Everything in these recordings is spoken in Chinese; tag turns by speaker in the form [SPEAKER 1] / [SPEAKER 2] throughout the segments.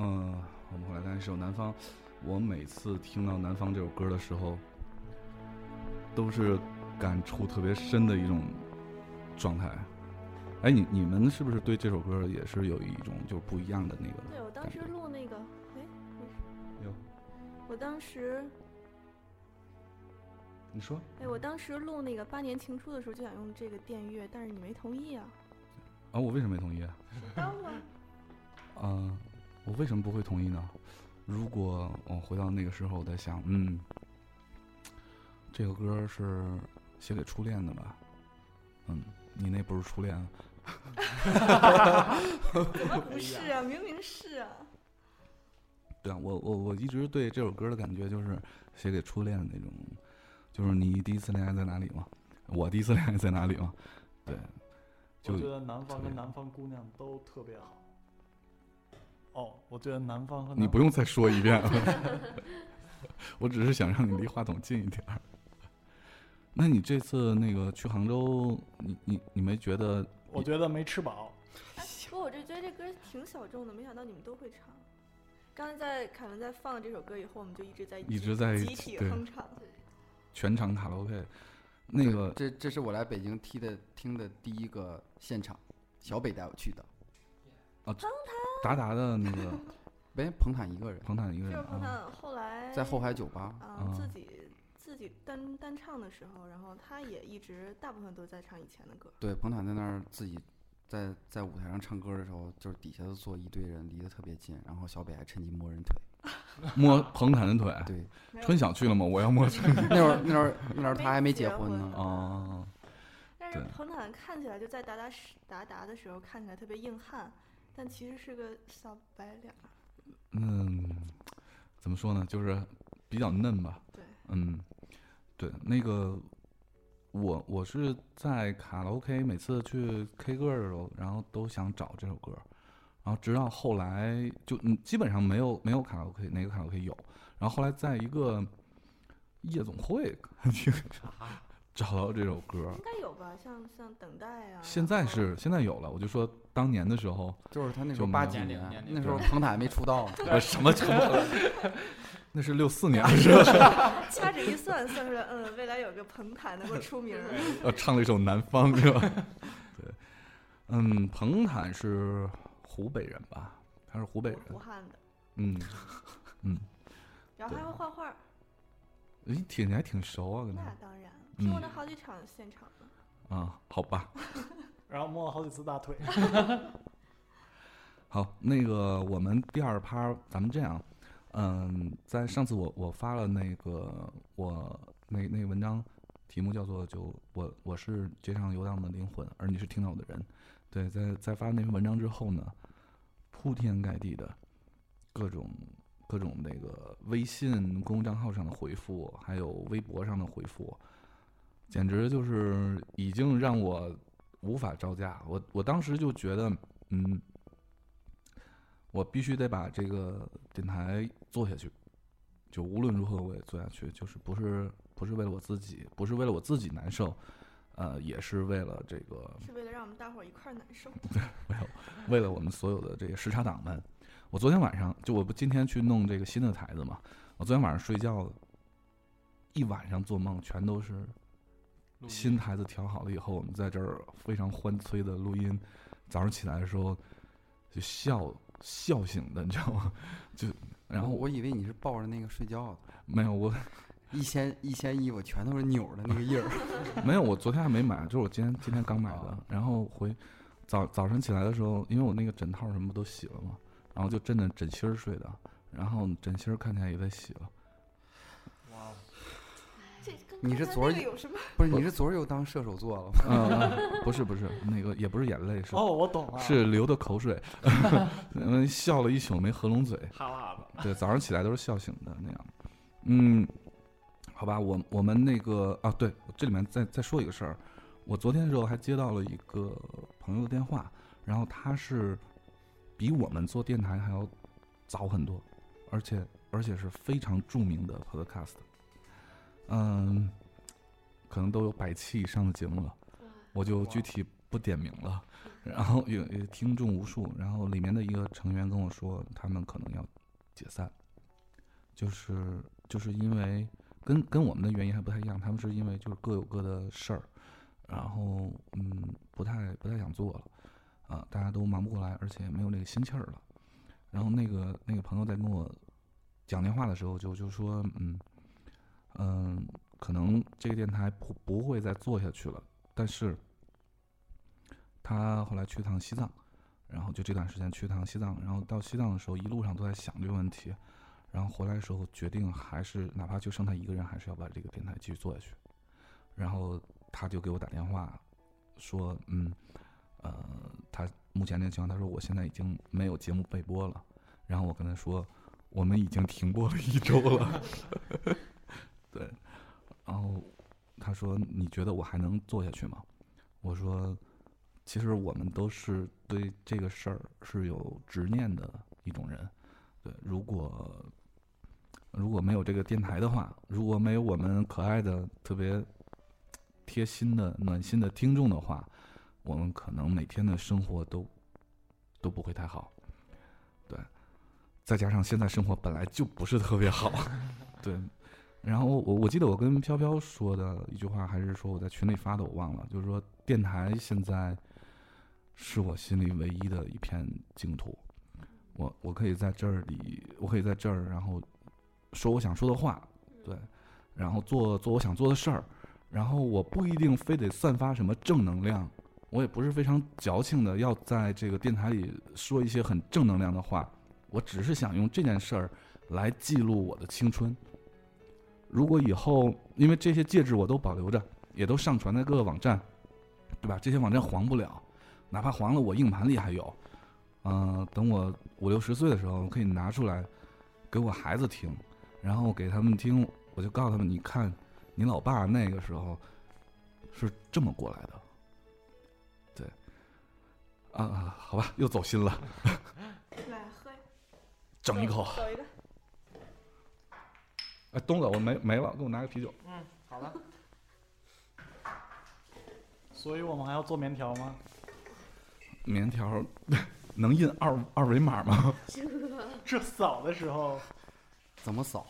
[SPEAKER 1] 嗯看这首《南方》，我每次听到《南方》这首歌的时候，都是感触特别深的一种状态。哎，你你们是不是对这首歌也是有一种哎就不一样的那个？
[SPEAKER 2] 对我当时录那个，哎，没事
[SPEAKER 1] 有，
[SPEAKER 2] 我当时，
[SPEAKER 1] 你说
[SPEAKER 2] 哎，我当时录那个《八年情书》的时候就想用这个电乐，但是你没同意啊。
[SPEAKER 1] 啊，我为什么没同意啊？
[SPEAKER 2] 当然，
[SPEAKER 1] 嗯、我为什么不会同意呢？如果我回到那个时候，我在想，嗯，这个歌是嗯写给初恋的吧？嗯，你那不是初恋啊，
[SPEAKER 2] 怎么不
[SPEAKER 1] 哎
[SPEAKER 2] 是啊？明明是啊。
[SPEAKER 1] 对啊，我我我一直对这首歌的感觉就是写给初恋的那种，就是你第一次恋爱在哪里嘛？我第一次恋爱在哪里嘛？对，就
[SPEAKER 3] 我觉得南
[SPEAKER 1] 特
[SPEAKER 3] 方跟
[SPEAKER 1] 别
[SPEAKER 3] 南方姑娘都特别好。哦，我觉得南方和
[SPEAKER 1] 你
[SPEAKER 3] 南
[SPEAKER 1] 不用再说一 遍了，我只是想让你离话筒近一点儿。那你这次那个去杭州，你你你没觉得
[SPEAKER 3] 我觉得没吃饱。
[SPEAKER 2] 哎，不过我就觉得这歌挺小众的，没想到你们都会唱。刚才在凯文在放这首歌以后，我们就一直在
[SPEAKER 1] 一直在
[SPEAKER 2] 集体
[SPEAKER 1] 对
[SPEAKER 2] 哼唱。
[SPEAKER 1] 全场卡拉 OK？那个
[SPEAKER 4] 这这是我来北京踢的听的第一个现场，小北带我去的，
[SPEAKER 1] 达达的那个
[SPEAKER 4] 没彭坦一个人
[SPEAKER 1] 彭坦一个
[SPEAKER 2] 就是
[SPEAKER 1] 人
[SPEAKER 2] 碰
[SPEAKER 1] 啊，
[SPEAKER 2] 到后来
[SPEAKER 4] 在后海酒吧，
[SPEAKER 1] 啊
[SPEAKER 2] 啊，自己自己单单唱的时候，然后他也一直大部分都在唱以前的歌。
[SPEAKER 4] 对，彭坦在那儿自己在在舞台上唱歌的时候，就是底下坐一堆人，离得特别近，然后小北还趁机摸人腿，
[SPEAKER 1] 摸彭坦的腿。
[SPEAKER 4] 对，
[SPEAKER 1] 春晓去了吗？我要摸春
[SPEAKER 4] 那会儿那会儿那会儿他还没结
[SPEAKER 2] 没结
[SPEAKER 4] 婚
[SPEAKER 2] 婚
[SPEAKER 4] 呢，
[SPEAKER 1] 哦，
[SPEAKER 2] 但是
[SPEAKER 1] 对
[SPEAKER 2] 彭坦看起来就在达达时达达的时候看起来特别硬汉，但其实是个小白脸儿。
[SPEAKER 1] 嗯，怎么说呢？就是比较嫩吧。
[SPEAKER 2] 对，
[SPEAKER 1] 嗯，对，那个我我是在卡拉 OK 每次去 K 歌的时候，然后都想找这首歌，然后直到后来就嗯基本上没有没有卡拉 OK 哪个卡拉 OK 有，然后后来在一个夜总会听找到这首歌。
[SPEAKER 2] 应该有吧？像像等待啊。
[SPEAKER 1] 现在
[SPEAKER 2] 然后
[SPEAKER 1] 是现在有了，我就说当年的时候，
[SPEAKER 4] 就是他那时
[SPEAKER 1] 就
[SPEAKER 4] 候八
[SPEAKER 1] 没
[SPEAKER 4] 几
[SPEAKER 5] 年龄
[SPEAKER 4] 年
[SPEAKER 5] 年，龄
[SPEAKER 4] 那时候
[SPEAKER 1] 对
[SPEAKER 4] 彭坦还没出道呢，
[SPEAKER 1] 我什么什么， 那是六四年的时候，
[SPEAKER 2] 掐指一算，算出来，嗯，未来有个彭坦能够出名 儿。
[SPEAKER 1] 呃，唱了一首《南方》是吧？ 对，嗯，彭坦是湖北人吧？他是湖北人，
[SPEAKER 2] 武汉的，
[SPEAKER 1] 嗯嗯，
[SPEAKER 2] 然后还会画画儿，
[SPEAKER 1] 诶，挺你还挺熟啊，跟
[SPEAKER 2] 那
[SPEAKER 1] 他
[SPEAKER 2] 当然，
[SPEAKER 1] 嗯
[SPEAKER 2] 听过他好几场现场呢。
[SPEAKER 1] 啊，好吧，
[SPEAKER 3] 然后摸了好几次大腿，
[SPEAKER 1] 好，那个我们第二趴，咱们这样，嗯，在上次我我发了那个我那那个文章，题目叫做就我我是街上游荡的灵魂，而你是听到我的人，对，在在发那篇文章之后呢，铺天盖地的各种各种那个微信公众账号上的回复，还有微博上的回复，简直就是已经让我无法招架。我我当时就觉得，嗯，我必须得把这个电台做下去，就无论如何我也做下去，就是不是不是为了我自己，不是为了我自己难受。呃，也是为了这个
[SPEAKER 2] 是为了让我们大伙儿一块儿难受。
[SPEAKER 1] 为了我们所有的这个时差党们，我昨天晚上就我不今天去弄这个新的台子嘛，我昨天晚上睡觉一晚上做梦全都是
[SPEAKER 5] 录音
[SPEAKER 1] 新台子调好了以后，我们在这儿非常欢催的录音，早上起来的时候就笑笑醒的，你知道吗？ 就 然后
[SPEAKER 4] 我
[SPEAKER 1] 我
[SPEAKER 4] 我以为你是抱着那个睡觉的，
[SPEAKER 1] 没有我
[SPEAKER 4] 一掀一掀衣服全都是钮儿的那个印儿，
[SPEAKER 1] 没有，我昨天还没买，就是我今天今天刚买的
[SPEAKER 5] 哦。
[SPEAKER 1] 然后回早早晨起来的时候，因为我那个枕套什么都洗了嘛，然后就枕着枕芯儿睡的，然后枕芯儿看起来也在洗了。
[SPEAKER 5] 哇，
[SPEAKER 1] 哦
[SPEAKER 2] 这跟
[SPEAKER 4] 你是
[SPEAKER 2] 刚才
[SPEAKER 4] 昨儿
[SPEAKER 2] 那个
[SPEAKER 4] 一
[SPEAKER 2] 有什么？
[SPEAKER 4] 不是你是昨儿又当射手座了吗？
[SPEAKER 1] 嗯，不是不是，那个也不是眼泪，是、
[SPEAKER 3] 哦，我懂了，
[SPEAKER 1] 是流的口水， 嗯，笑了一宿没合拢嘴。
[SPEAKER 5] 哈喇子，
[SPEAKER 1] 对，早上起来都是笑醒的那样。嗯，好吧，我我们那个啊，对，这里面再再说一个事儿，我昨天的时候还接到了一个朋友的电话，然后他是比我们做电台还要早很多，而且而且是非常著名的 podcast，嗯，可能都有百期以上的节目了，我就具体不点名了。然后有有听众无数，然后里面的一个成员跟我说，他们可能要解散，就是就是因为跟跟我们的原因还不太一样，他们是因为就是各有各的事儿，然后嗯，不太不太想做了，啊、大家都忙不过来，而且没有那个心气儿了。然后那个那个朋友在跟我讲电话的时候就就说，嗯嗯、可能这个电台不不会再做下去了，但是他后来去趟西藏。然后就这段时间去趟西藏，然后到西藏的时候，一路上都在想这个问题，然后回来的时候决定还是哪怕就剩他一个人，还是要把这个电台继续做下去。然后他就给我打电话说，嗯，呃，他目前这个情况，他说我现在已经没有节目备播了。然后我跟他说，我们已经停播了一周了。 对，然后他说你觉得我还能做下去吗？我说其实我们都是对这个事儿是有执念的一种人。对，如果如果没有这个电台的话，如果没有我们可爱的、特别贴心的、暖心的听众的话，我们可能每天的生活都都不会太好。对，再加上现在生活本来就不是特别好，对。然后我我记得我跟飘飘说的一句话，还是说我在群里发的，我忘了，就是说电台现在是我心里唯一的一片净土。我我可以在这里，我可以在这儿，然后说我想说的话，对，然后做做我想做的事儿，然后我不一定非得散发什么正能量，我也不是非常矫情的要在这个电台里说一些很正能量的话，我只是想用这件事儿来记录我的青春。如果以后因为这些戒指我都保留着，也都上传在各个网站，对吧？这些网站黄不了，哪怕黄了，我硬盘里还有。嗯、等我五六十岁的时候，我可以拿出来给我孩子听，然后给他们听，我就告诉他们，你看，你老爸那个时候是这么过来的。对，啊，好吧，又走心了，
[SPEAKER 2] 来喝呀，
[SPEAKER 1] 整一口。
[SPEAKER 2] 走一个。
[SPEAKER 1] 哎，东子，我没没了，给我拿个啤酒。
[SPEAKER 5] 嗯，好了，
[SPEAKER 3] 所以我们还要做棉条吗？
[SPEAKER 1] 棉条儿 能印二二维码吗？
[SPEAKER 3] 这扫的时候，
[SPEAKER 4] 怎么扫？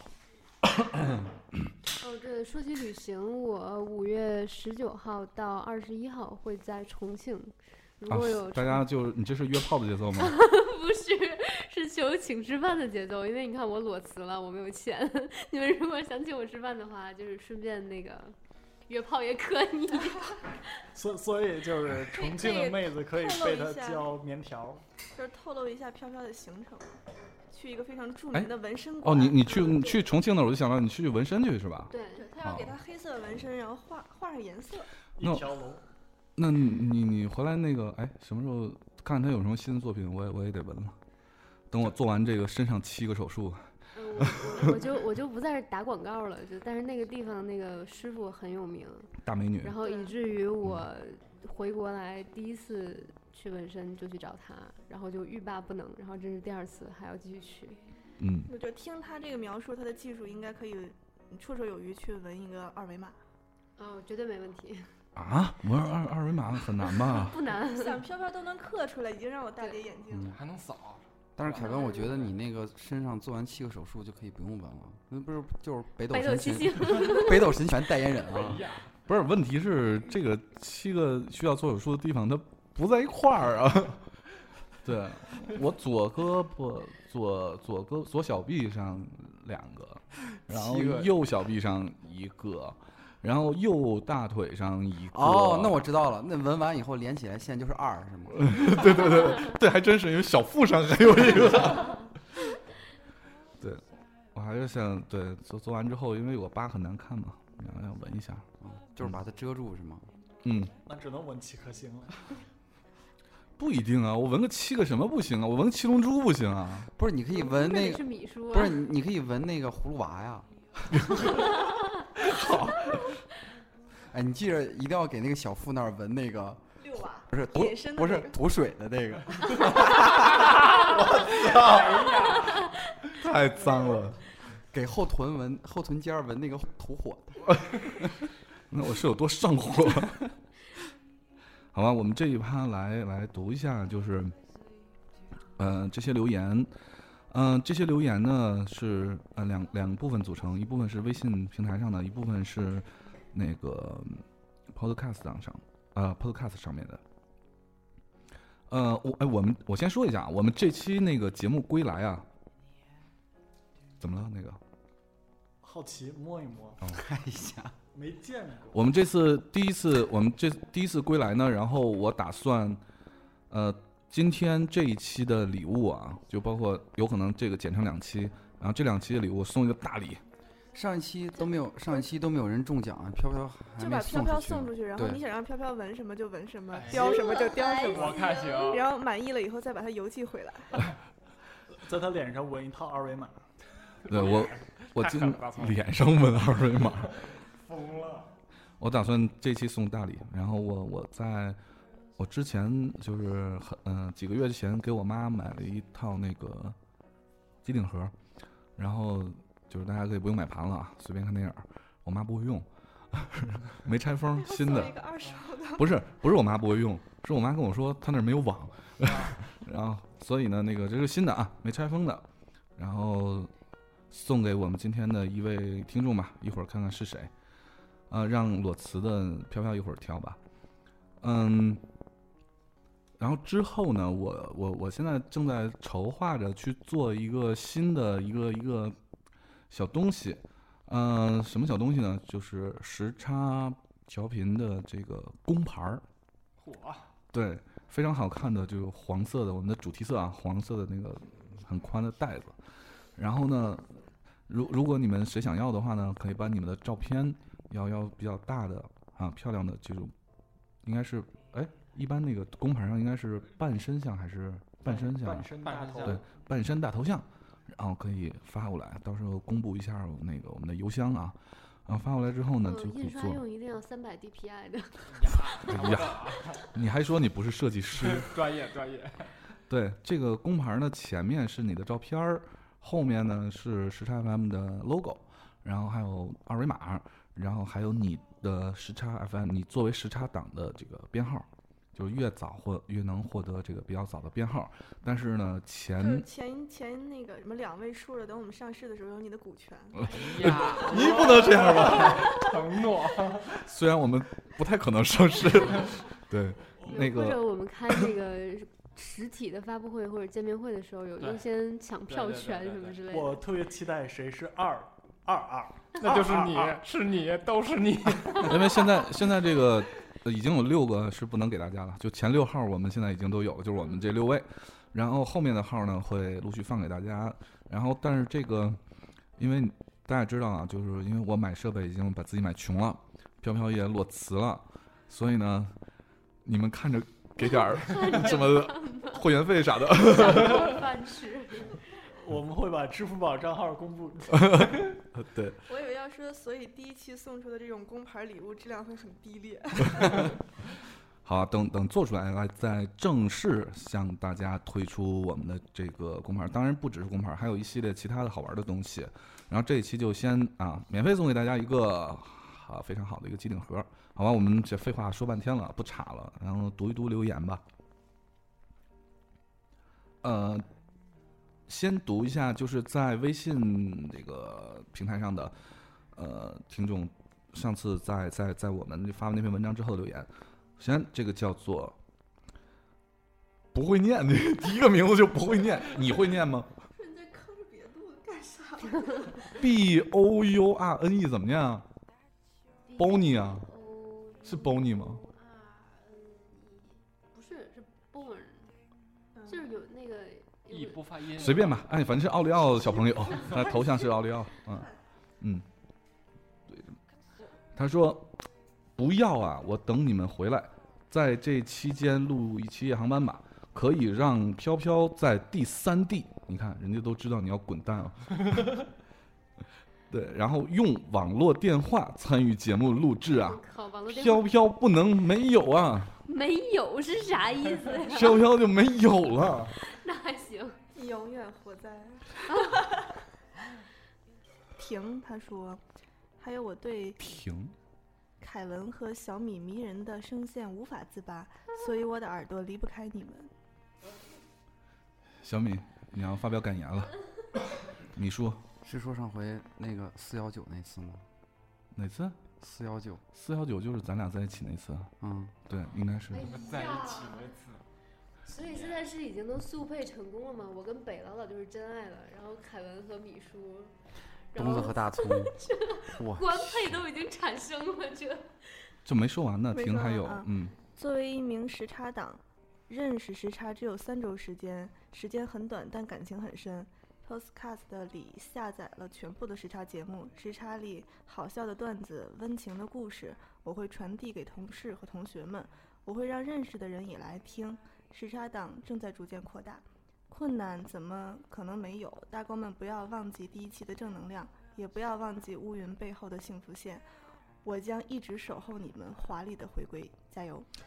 [SPEAKER 6] 哦，对，说起旅行，我五月十九号到二十一号会在重庆。如
[SPEAKER 1] 啊
[SPEAKER 6] 果有、，
[SPEAKER 1] 大家就是你这是约炮的节奏吗？
[SPEAKER 6] 不是是求请吃饭的节奏，因为你看我裸辞了，我没有钱。 你们如果想请我吃饭的话，就是顺便那个约炮也可以。
[SPEAKER 3] 所所以就是重庆的妹子可以被他叫棉条，
[SPEAKER 2] 就是透露一下飘飘的行程，去一个非常著
[SPEAKER 1] 哎
[SPEAKER 2] 名的纹身
[SPEAKER 1] 哦，
[SPEAKER 2] 馆。
[SPEAKER 1] 你你去你
[SPEAKER 2] 对
[SPEAKER 1] 去重庆那儿，我就想到你去纹身去是吧？
[SPEAKER 6] 对，
[SPEAKER 2] 对他要给他黑色的纹身，然后画画上颜色。
[SPEAKER 3] 一条龙。
[SPEAKER 1] 那你你你回来那个哎，什么时候看他有什么新的作品，我也我也得纹了。等我做完这个身上七个手术，
[SPEAKER 6] 嗯我我我就我就不在这儿打广告了，就但是那个地方那个师傅很有名，
[SPEAKER 1] 大美女，
[SPEAKER 6] 然后以
[SPEAKER 2] 对
[SPEAKER 6] 至于我回国来第一次去纹身就去找他，然后就欲罢不能，然后这是第二次还要继续去。
[SPEAKER 1] 嗯，
[SPEAKER 2] 我觉得听他这个描述，他的技术应该可以绰绰有余去纹一个二维 码。
[SPEAKER 6] 哦，绝对没问题，
[SPEAKER 1] 啊，纹二二维码很难吧？
[SPEAKER 6] 不难。
[SPEAKER 2] 想飘飘都能刻出来，已经让我大跌眼镜了。
[SPEAKER 4] 嗯
[SPEAKER 5] 还能扫，
[SPEAKER 4] 但是凯文，我觉得你那个身上做完七个手术就可以不用纹了，那不是就是北斗
[SPEAKER 6] 北斗
[SPEAKER 4] 神
[SPEAKER 6] 七
[SPEAKER 4] 拳
[SPEAKER 6] 星，
[SPEAKER 4] 北斗神拳代言人
[SPEAKER 5] 不
[SPEAKER 4] 啊
[SPEAKER 5] 一？样。
[SPEAKER 1] 不是，问题是这个七个需要做手术的地方它不在一块儿啊。 对，我左胳膊左左胳左小臂上两个，然后
[SPEAKER 4] 七个
[SPEAKER 1] 右小臂上一个，然后右大腿上一个。
[SPEAKER 4] 哦，那我知道了，那纹完以后连起来线就是二，是吗？
[SPEAKER 5] 嗯
[SPEAKER 1] 对，还真是因为小腹上还有一个。 对，我还是想对做做完之后，因为我疤很难看嘛，然后要闻一下。
[SPEAKER 4] 嗯就是把它遮住是吗？
[SPEAKER 1] 嗯，
[SPEAKER 3] 那只能纹七颗星了。
[SPEAKER 1] 不一定啊，我纹个七个什么不行啊？我纹个七龙珠不行啊？
[SPEAKER 4] 不是，你可以纹那
[SPEAKER 6] 是
[SPEAKER 4] 个，
[SPEAKER 6] 米叔、啊，
[SPEAKER 4] 不是你你可以纹那个葫芦娃 呀。 好，哎，你记着一定要给那个小腹那儿纹那个，
[SPEAKER 2] 六娃，
[SPEAKER 4] 不是
[SPEAKER 2] 隐身的
[SPEAKER 4] 吐不
[SPEAKER 2] 那
[SPEAKER 4] 是
[SPEAKER 2] 个
[SPEAKER 4] 吐水的那个，
[SPEAKER 1] 太脏了。
[SPEAKER 4] 给后臀纹后臀尖儿纹那个 吐火的。
[SPEAKER 1] 那我是有多上火？ 好吧，我们这一趴来来读一下，就是，呃，这些留言，嗯、这些留言呢是呃两两部分组成，一部分是微信平台上的，一部分是那个嗯 Podcast 上上呃 Podcast 上面的。呃，我哎，我们我先说一下啊，我们这期那个节目归来啊，怎么了？那个
[SPEAKER 3] 好奇摸一摸，
[SPEAKER 4] 看一下，
[SPEAKER 3] 没见过。
[SPEAKER 1] 我们这次第一次，我们这第一次归来呢，然后我打算，呃，今天这一期的礼物啊，就包括有可能这个剪成两期，然后这两期的礼物送一个大礼，
[SPEAKER 4] 上一期都没有，上一期都没有人中奖啊，飘飘还
[SPEAKER 2] 就
[SPEAKER 4] 没
[SPEAKER 2] 把飘飘送
[SPEAKER 4] 出
[SPEAKER 2] 出去，然后
[SPEAKER 4] 对
[SPEAKER 2] 你想让飘飘闻什么就闻什么
[SPEAKER 5] 哎，
[SPEAKER 2] 叼什么就叼什
[SPEAKER 5] 我
[SPEAKER 2] 么，
[SPEAKER 5] 看行，
[SPEAKER 6] 哎
[SPEAKER 2] 然后满意了以后再把它邮寄回来。
[SPEAKER 3] 在他脸上纹一套二维码，
[SPEAKER 1] 对我，我
[SPEAKER 5] 太
[SPEAKER 1] 今
[SPEAKER 5] 狠了操
[SPEAKER 1] 脸上 纹二维码，
[SPEAKER 5] 疯了，
[SPEAKER 1] 我打算这期送大礼，然后我我在我之前就是很嗯、几个月前给我妈买了一套那个机顶盒，然后就是大家可以不用买盘了啊，随便看电影儿，我妈不会用， 没拆封，新
[SPEAKER 2] 送
[SPEAKER 1] 的
[SPEAKER 2] 一个二手 的，
[SPEAKER 1] 不是不是我妈不会用，是我妈跟我说她那儿没有网， 然后所以呢那个这是新的啊，没拆封的，然后送给我们今天的一位听众吧，一会儿看看是谁，呃，让裸辞的飘飘一会儿挑吧，嗯，然后之后呢，我我我现在正在筹划着去做一个新的一个一个小东西，嗯、什么小东西呢？就是时差调频的这个工牌儿，
[SPEAKER 5] 嚯，
[SPEAKER 1] 对，非常好看的，就是黄色的，我们的主题色啊，黄色的那个很宽的带子。然后呢，如如果你们谁想要的话呢，可以把你们的照片要要比较大的啊，漂亮的这种，应该是哎，一般那个工牌上应该是半身像还是半身像啊？
[SPEAKER 3] 半身大头，
[SPEAKER 1] 对半山大头像，然后可以发过来，到时候公布一下我那个我们的邮箱啊。然后发过来之后呢，就
[SPEAKER 6] 嗯，
[SPEAKER 1] 可以
[SPEAKER 6] 印刷
[SPEAKER 1] 做。
[SPEAKER 6] 用一定要三百 DPI 的，
[SPEAKER 5] 呀呀，
[SPEAKER 1] 你还说你不是设计师？
[SPEAKER 5] 啊专业专业，
[SPEAKER 1] 对，这个工牌呢，前面是你的照片儿，后面呢是时差 FM 的 logo，然后还有二维码，然后还有你的时差 FM，你作为时差党的这个编号，就是越早获越能获得这个比较早的编号。但是呢，
[SPEAKER 2] 就
[SPEAKER 1] 前
[SPEAKER 2] 是前前那个什么两位数的，等我们上市的时候有你的股权。
[SPEAKER 5] 哎呀，
[SPEAKER 1] 你不能这样吧？
[SPEAKER 5] 承诺，
[SPEAKER 1] 虽然我们不太可能上市， 对，哦那
[SPEAKER 6] 或
[SPEAKER 1] 个
[SPEAKER 6] 者我们开那个实体的发布会或者见面会的时候有
[SPEAKER 5] 对
[SPEAKER 6] 优先抢
[SPEAKER 5] 对
[SPEAKER 6] 票
[SPEAKER 5] 对对
[SPEAKER 6] 权
[SPEAKER 5] 对
[SPEAKER 6] 什么
[SPEAKER 5] 对
[SPEAKER 6] 之类的。
[SPEAKER 3] 我特别期待谁是二二二，
[SPEAKER 5] 那就是你，
[SPEAKER 3] 啊
[SPEAKER 5] 是你，都是你，
[SPEAKER 1] 因为现在现在这个呃已经有六个是不能给大家了，就前六号我们现在已经都有了，就是我们这六位，然后后面的号呢会陆续放给大家。然后但是这个，因为大家也知道啊，就是因为我买设备已经把自己买穷了，飘飘也裸辞了，所以呢，你们看着给点儿什么会员费啥的，
[SPEAKER 6] 当 饭吃。
[SPEAKER 3] 我们会把支付宝账号公布。
[SPEAKER 5] 哦
[SPEAKER 1] 对。
[SPEAKER 2] 我以为要说，所以第一期送出的这种工牌礼物质量会很低劣。
[SPEAKER 1] 好啊，等等做出来了，再正式向大家推出我们的这个工牌。当然不只是工牌，还有一系列其他的好玩的东西。然后这一期就先啊，免费送给大家一个啊非常好的一个机顶盒。好吧，我们这废话说半天了，不岔了，然后读一读留言吧。呃，先读一下，就是在微信这个平台上的呃听众，上次在在在我们发那篇文章之后的留言。首先，这个叫做不会念， 你第一个名字就不会念，你会念吗
[SPEAKER 2] 瞬间坑着别录干啥？
[SPEAKER 1] ？B O U R N E 怎么念啊？Bonnie 啊，
[SPEAKER 6] 哦
[SPEAKER 1] 是 Bonnie 吗？
[SPEAKER 6] 嗯不是，是 born，就是
[SPEAKER 2] 嗯
[SPEAKER 6] 有那个有
[SPEAKER 5] 不发音
[SPEAKER 1] 随便吧，哎，反正是奥利奥小朋友，他头像是奥利奥，嗯嗯，对他说不要啊，我等你们回来，在这期间录一期夜航班吧，可以让飘飘在第三地，你看人家都知道你要滚蛋了， 对，然后用网络电话参与节目录制啊
[SPEAKER 6] 我，靠，网络电
[SPEAKER 1] 飘
[SPEAKER 6] 话
[SPEAKER 1] 飘不能没有啊，
[SPEAKER 6] 没有是啥意思 呀？
[SPEAKER 1] 飘飘就没有了。
[SPEAKER 6] 那还行，
[SPEAKER 2] 你永远活 在。婷他说，还有我对
[SPEAKER 1] 停，
[SPEAKER 2] 凯文和小米迷人的声线无法自拔，所以我的耳朵离不开你们。
[SPEAKER 1] 小米你要发表感言了，你说
[SPEAKER 4] 是说上回那个四幺九那次吗？
[SPEAKER 1] 哪次？
[SPEAKER 4] 四幺九，
[SPEAKER 1] 四幺九就是咱俩在一起那次，啊
[SPEAKER 4] 嗯，
[SPEAKER 1] 对，应该是。
[SPEAKER 5] 在
[SPEAKER 6] 哎
[SPEAKER 5] 一
[SPEAKER 6] 呀
[SPEAKER 5] 起那次，
[SPEAKER 6] 所以现在是已经都速配成功了吗？我跟北老老就是真爱了，然后凯文和米叔，然
[SPEAKER 4] 东子
[SPEAKER 6] 后
[SPEAKER 4] 和大 葱，哇，
[SPEAKER 6] 官配都已经产生了，这
[SPEAKER 1] 就没说完呢，
[SPEAKER 2] 没
[SPEAKER 1] 停
[SPEAKER 2] 说
[SPEAKER 1] 还
[SPEAKER 2] 完
[SPEAKER 1] 有
[SPEAKER 2] 啊，
[SPEAKER 1] 嗯，
[SPEAKER 2] 作为一名时差党，认识时差只有三周时间，时间很短，但感情很深。Podcast 里下载了全部的时差节目，时差里好笑的段子、温情的故事，我会传递给同事和同学们，我会让认识的人也来听。时差党正在逐渐扩大，困难怎么可能没有？大光们不要忘记第一期的正能量，也不要忘记乌云背后的幸福线。我将一直守候你们华丽的回归，加油！
[SPEAKER 5] 谢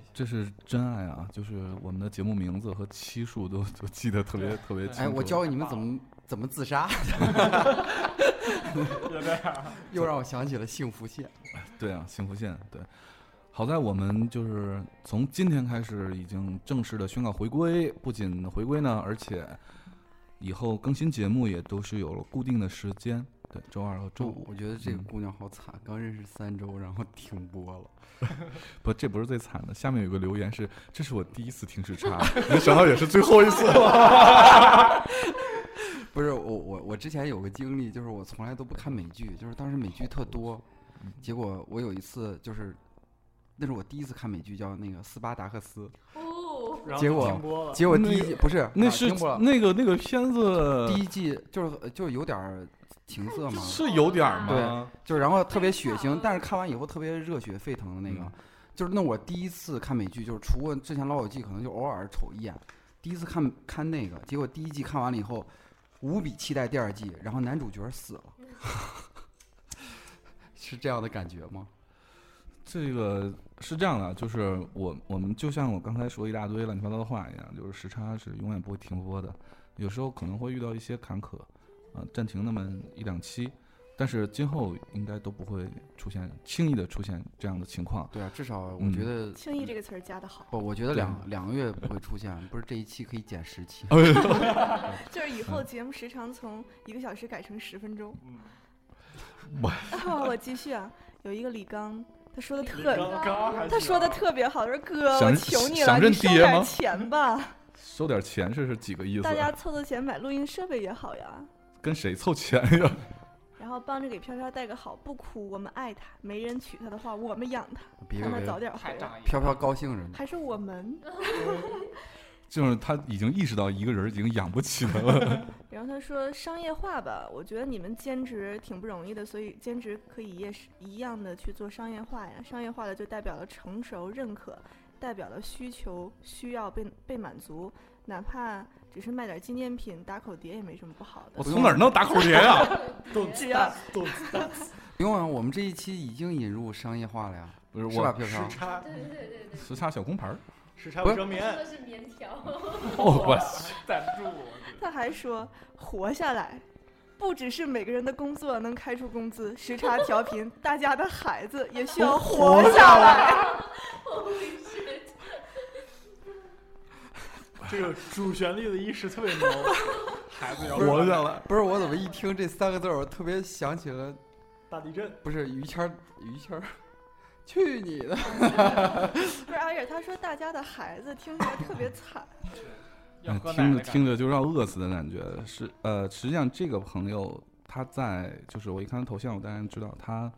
[SPEAKER 5] 谢。
[SPEAKER 1] 这是真爱啊，就是我们的节目名字和期数都都记得特别
[SPEAKER 5] 对
[SPEAKER 1] 特别
[SPEAKER 5] 对
[SPEAKER 1] 清
[SPEAKER 4] 哎，
[SPEAKER 1] 楚。
[SPEAKER 4] 我教给你们怎么 怎么自杀，
[SPEAKER 5] 别这样，
[SPEAKER 4] 又让我想起了幸福线。
[SPEAKER 1] 对啊，幸福线对。好在我们就是从今天开始已经正式的宣告回归，不仅回归呢，而且以后更新节目也都是有了固定的时间，对，周二和周
[SPEAKER 4] 我
[SPEAKER 1] 五。
[SPEAKER 4] 我觉得这个
[SPEAKER 1] 嗯
[SPEAKER 4] 姑娘好惨，刚认识三周，然后停播了。
[SPEAKER 1] 不，这不是最惨的。下面有个留言是：“这是我第一次听时差，没想到也是最后一次了。
[SPEAKER 4] 不是我我我之前有个经历，就是我从来都不看美剧，就是当时美剧特多，结果我有一次就是，那是我第一次看美剧，叫那个《斯巴达克斯
[SPEAKER 6] 哦，
[SPEAKER 3] 然后
[SPEAKER 4] 结
[SPEAKER 3] 就
[SPEAKER 4] 果
[SPEAKER 3] 停播了。
[SPEAKER 4] 结果
[SPEAKER 1] 那
[SPEAKER 4] 第一
[SPEAKER 1] 个
[SPEAKER 4] 季不是，
[SPEAKER 1] 那
[SPEAKER 4] 啊
[SPEAKER 1] 是
[SPEAKER 4] 停播了嗯
[SPEAKER 1] 那个那个片子
[SPEAKER 4] 第一季就是就是有点儿情色嘛，
[SPEAKER 1] 是有点儿吗？
[SPEAKER 4] 就是然后特别血
[SPEAKER 6] 太
[SPEAKER 4] 腥
[SPEAKER 6] 惨，
[SPEAKER 4] 但是看完以后特别热血沸腾的那个，
[SPEAKER 1] 嗯
[SPEAKER 4] 就是那我第一次看美剧，就是除了之前《老友记》可能就偶尔瞅一眼，第一次看看那个，结果第一季看完了以后，无比期待第二季，然后男主角死 了，是这样的感觉吗？
[SPEAKER 1] 这个是这样的，就是我我们就像我刚才说一大堆乱七八糟的话一样，就是时差是永远不会停播的，有时候可能会遇到一些坎坷，啊、暂停那么一两期，但是今后应该都不会出现轻易的出现这样的情况。
[SPEAKER 4] 对啊，至少我
[SPEAKER 1] 嗯
[SPEAKER 4] 觉得、
[SPEAKER 2] 轻易这个词儿加的好，
[SPEAKER 4] 不，我觉得
[SPEAKER 1] 对
[SPEAKER 4] 两两个月不会出现，不是这一期可以减十期。
[SPEAKER 2] 就是以
[SPEAKER 1] 嗯
[SPEAKER 2] 后节目时长从一个小时改成十分钟。
[SPEAKER 5] 嗯，
[SPEAKER 2] 我继续啊，有一个李刚，他说的
[SPEAKER 5] 你
[SPEAKER 2] 特，
[SPEAKER 5] 刚刚还
[SPEAKER 2] 他说的
[SPEAKER 5] 行
[SPEAKER 2] 特别好，他说哥，
[SPEAKER 1] 想
[SPEAKER 2] 我求你了，
[SPEAKER 1] 想认
[SPEAKER 2] 你收
[SPEAKER 1] 爹吗
[SPEAKER 2] 点钱吧，
[SPEAKER 1] 收点钱这是几个意思啊
[SPEAKER 2] 大？家凑凑钱买录音设备也好呀。
[SPEAKER 1] 跟谁凑钱呀？
[SPEAKER 2] 然后帮着给飘飘带个好，不哭，我们爱他，没人娶他的话，我们养他，
[SPEAKER 4] 别
[SPEAKER 2] 让他
[SPEAKER 4] 别
[SPEAKER 2] 早
[SPEAKER 4] 别，
[SPEAKER 2] 点
[SPEAKER 5] 太
[SPEAKER 2] 回来。
[SPEAKER 5] 仗义了，
[SPEAKER 4] 飘飘高兴着呢。
[SPEAKER 2] 还是我们，
[SPEAKER 1] 就是他已经意识到一个人已经养不起他了。
[SPEAKER 2] 然后他说商业化吧，我觉得你们兼职挺不容易的，所以兼职可以也是一样的去做商业化呀。商业化的就代表了成熟、认可，代表了需求需要被被满足，哪怕只是卖点纪念品、打口碟也没什么不好
[SPEAKER 1] 我
[SPEAKER 2] 的。
[SPEAKER 1] 从哪儿弄打口碟啊？
[SPEAKER 2] 只
[SPEAKER 5] 哎
[SPEAKER 2] 要
[SPEAKER 3] 肚子大，
[SPEAKER 4] 不用啊，我们这一期已经引入商业化了呀，
[SPEAKER 1] 不是
[SPEAKER 4] 是吧，
[SPEAKER 1] 我
[SPEAKER 4] 飘飘
[SPEAKER 3] 时？差
[SPEAKER 6] 对对对 对对，
[SPEAKER 1] 时差小工牌儿。
[SPEAKER 3] 时差不
[SPEAKER 4] 不是
[SPEAKER 3] 遮
[SPEAKER 6] 说
[SPEAKER 3] 眠，
[SPEAKER 6] 的是棉条，
[SPEAKER 1] 哦，我
[SPEAKER 5] 赞助我，
[SPEAKER 2] 他还说活下来。不只是每个人的工作能开出工资，时差调频，大家的孩子也需要活下来。
[SPEAKER 3] 这个主旋律的意识特别浓，
[SPEAKER 5] 孩子要
[SPEAKER 1] 活
[SPEAKER 5] 的
[SPEAKER 1] 下来。
[SPEAKER 4] 不是我怎么一听这三个字儿，我特别想起了
[SPEAKER 3] 大地震。
[SPEAKER 4] 不是于谦儿，于谦儿， 去你的！
[SPEAKER 2] 不是，而且他说大家的孩子听起来特别惨。
[SPEAKER 5] 要喝奶
[SPEAKER 1] 嗯哎听着
[SPEAKER 5] 的
[SPEAKER 1] 听着就要饿死的感觉。是呃，实际上这个朋友他在就是我一看他头像，我当然知道他，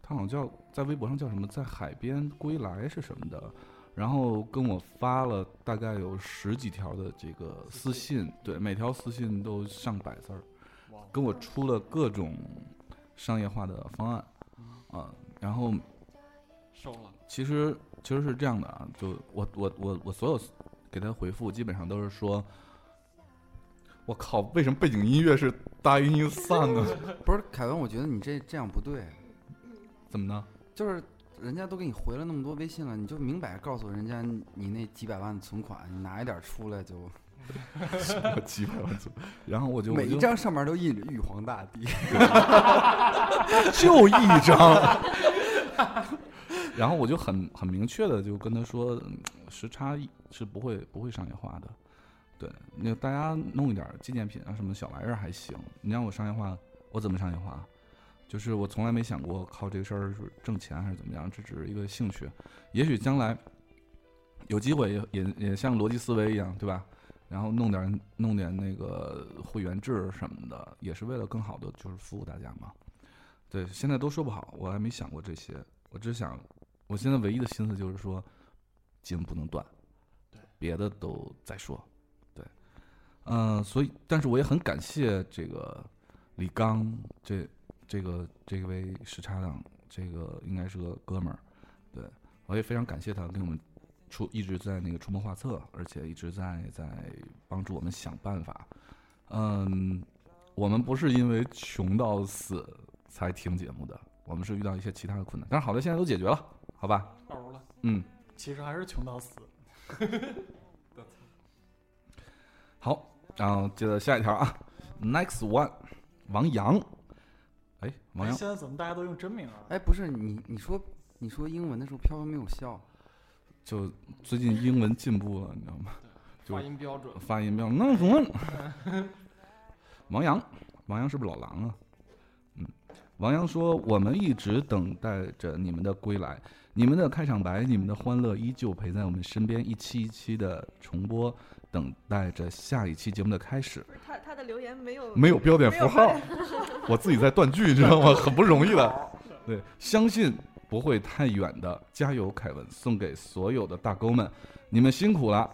[SPEAKER 1] 他好像叫在微博上叫什么，在海边归来是什么的，然后跟我发了大概有十几条的这个私
[SPEAKER 5] 私
[SPEAKER 1] 信，对，每条私信都上百字儿，
[SPEAKER 5] 哇
[SPEAKER 1] 跟我出了各种商业化的方案，啊、然后
[SPEAKER 5] 收了，
[SPEAKER 1] 其实其实是这样的啊，就我我我我所有给他回复基本上都是说，我靠，为什么背景音乐是大音 啊音散呢？
[SPEAKER 4] 不是凯文，我觉得你这这样不对，
[SPEAKER 1] 怎么呢？
[SPEAKER 4] 就是人家都给你回了那么多微信了，你就明摆告诉人家你那几百万的存款，你拿一点儿出来就，
[SPEAKER 1] 我几百万字，然后我就
[SPEAKER 4] 每一
[SPEAKER 1] 我就
[SPEAKER 4] 张上面都印着玉皇大帝。
[SPEAKER 1] 就一张，然后我就很很明确的就跟他说，嗯时差是不会不会商业化的，对，那大家弄一点儿纪念品啊，什么小玩意儿还行。你让我商业化，我怎么商业化？就是我从来没想过靠这个事儿是挣钱还是怎么样，这只是一个兴趣。也许将来有机会也也也像逻辑思维一样，对吧？然后弄点弄点那个会员制什么的，也是为了更好的就是服务大家嘛。对，现在都说不好，我还没想过这些，我只想，我现在唯一的心思就是说，筋不能断，
[SPEAKER 3] 对，
[SPEAKER 1] 别的都再说，对，嗯、所以，但是我也很感谢这个李刚，这这个这位时差党，这个应该是个哥们儿，对我也非常感谢他给我们出一直在那个出谋划策，而且一直在在帮助我们想办法，嗯，我们不是因为穷到死才听节目的，我们是遇到一些其他的困难，但是好在现在都解决了，好吧？
[SPEAKER 5] 欧了，
[SPEAKER 1] 嗯，
[SPEAKER 3] 其实还是穷到死。
[SPEAKER 1] 好，然后接着下一条啊，next one，王洋，哎，王
[SPEAKER 3] 哎，
[SPEAKER 1] 洋，
[SPEAKER 3] 现在怎么大家都用真名啊？
[SPEAKER 4] 哎，不是你，你说你说英文的时候，飘飘没有笑，
[SPEAKER 1] 就最近英文进步了，你知道吗？就
[SPEAKER 5] 发音标准，
[SPEAKER 1] 发音标弄什么？王洋，王洋是不是老狼啊？嗯，王洋说：“我们一直等待着你们的归来，你们的开场白，你们的欢乐依旧陪在我们身边，一期一期的重播，等待着下一期节目的开始。”
[SPEAKER 2] 不是他他的留言没有
[SPEAKER 1] 没有标点符号
[SPEAKER 2] 没，
[SPEAKER 1] 我自己在断句，你知道吗？很不容易的。对，相信不会太远的，加油，凯文！送给所有的大哥们，你们辛苦了。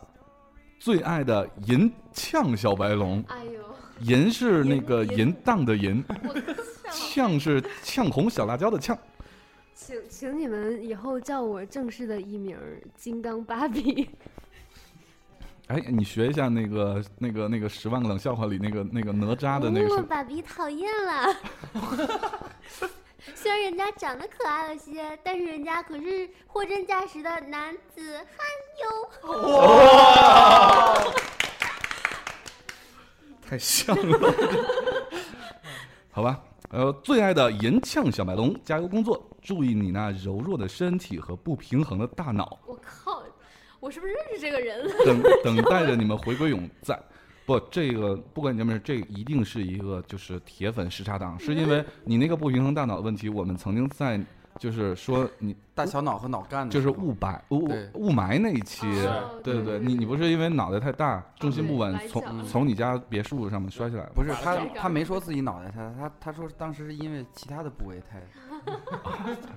[SPEAKER 1] 最爱的银呛小白龙，
[SPEAKER 6] 哎呦，
[SPEAKER 1] 银是那个
[SPEAKER 2] 银
[SPEAKER 1] 淫荡的淫，
[SPEAKER 2] 好
[SPEAKER 1] 呛是呛红小辣椒的呛。
[SPEAKER 6] 请请你们以后叫我正式的艺名儿“金刚芭比
[SPEAKER 1] 哎，你学一下那个那个那个十万个冷笑话里那个那个哪”，吒的那个
[SPEAKER 6] 哦
[SPEAKER 1] 是，
[SPEAKER 6] 芭比讨厌了。
[SPEAKER 7] 虽然人家长得可爱了些，但是人家可是货真价实的男子汉哟。
[SPEAKER 1] 太像了。 好吧，呃，最爱的银呛小白龙，加油工作，注意你那柔弱的身体和不平衡的大脑，
[SPEAKER 6] 我靠，我是不是认识这个人？
[SPEAKER 1] 等 等待着你们回归永在。不，这个不管你们这一定是一个就是铁粉时差党，是因为你那个不平衡大脑的问题，我们曾经在就是说你
[SPEAKER 4] 大小脑和脑干的
[SPEAKER 1] 就是
[SPEAKER 4] 时候
[SPEAKER 1] 雾白雾
[SPEAKER 4] 嗯对
[SPEAKER 1] 雾霾那一期，
[SPEAKER 6] 哦
[SPEAKER 1] 对对对，你你不是因为脑袋太大，重心
[SPEAKER 6] 对
[SPEAKER 1] 不稳
[SPEAKER 6] 崴，脚
[SPEAKER 1] 从从你家别墅上面摔下来了。
[SPEAKER 4] 不是
[SPEAKER 5] 把它
[SPEAKER 4] 他
[SPEAKER 5] 绞
[SPEAKER 4] 他没说自己脑袋他他他说当时是因为其他的部位太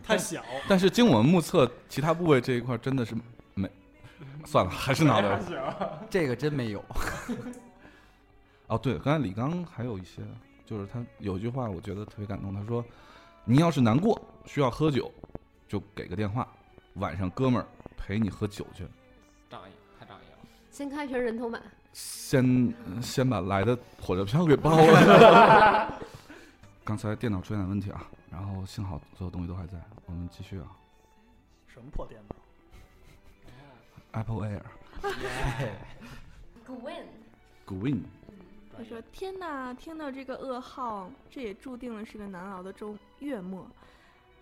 [SPEAKER 3] 太小，
[SPEAKER 1] 但是经我们目测，其他部位这一块真的是没，算了，还是脑袋
[SPEAKER 5] 还。行，
[SPEAKER 4] 这个真没有，
[SPEAKER 1] 哦，对，刚才李刚还有一些，就是他有一句话，我觉得特别感动。他说：“你要是难过，需要喝酒，就给个电话，晚上哥们儿陪你喝酒去。
[SPEAKER 5] 仗义，太仗义了。
[SPEAKER 6] 先开瓶人头马，
[SPEAKER 1] 先呃先把来的火车票给报了。 刚才电脑出现点问题啊，然后幸好所有东西都还在，我们继续啊。
[SPEAKER 3] 什么破电脑？
[SPEAKER 1] Apple Air
[SPEAKER 6] 滚！
[SPEAKER 1] Green，
[SPEAKER 2] 他说：“天哪，听到这个噩耗，这也注定了是个难熬的周月末。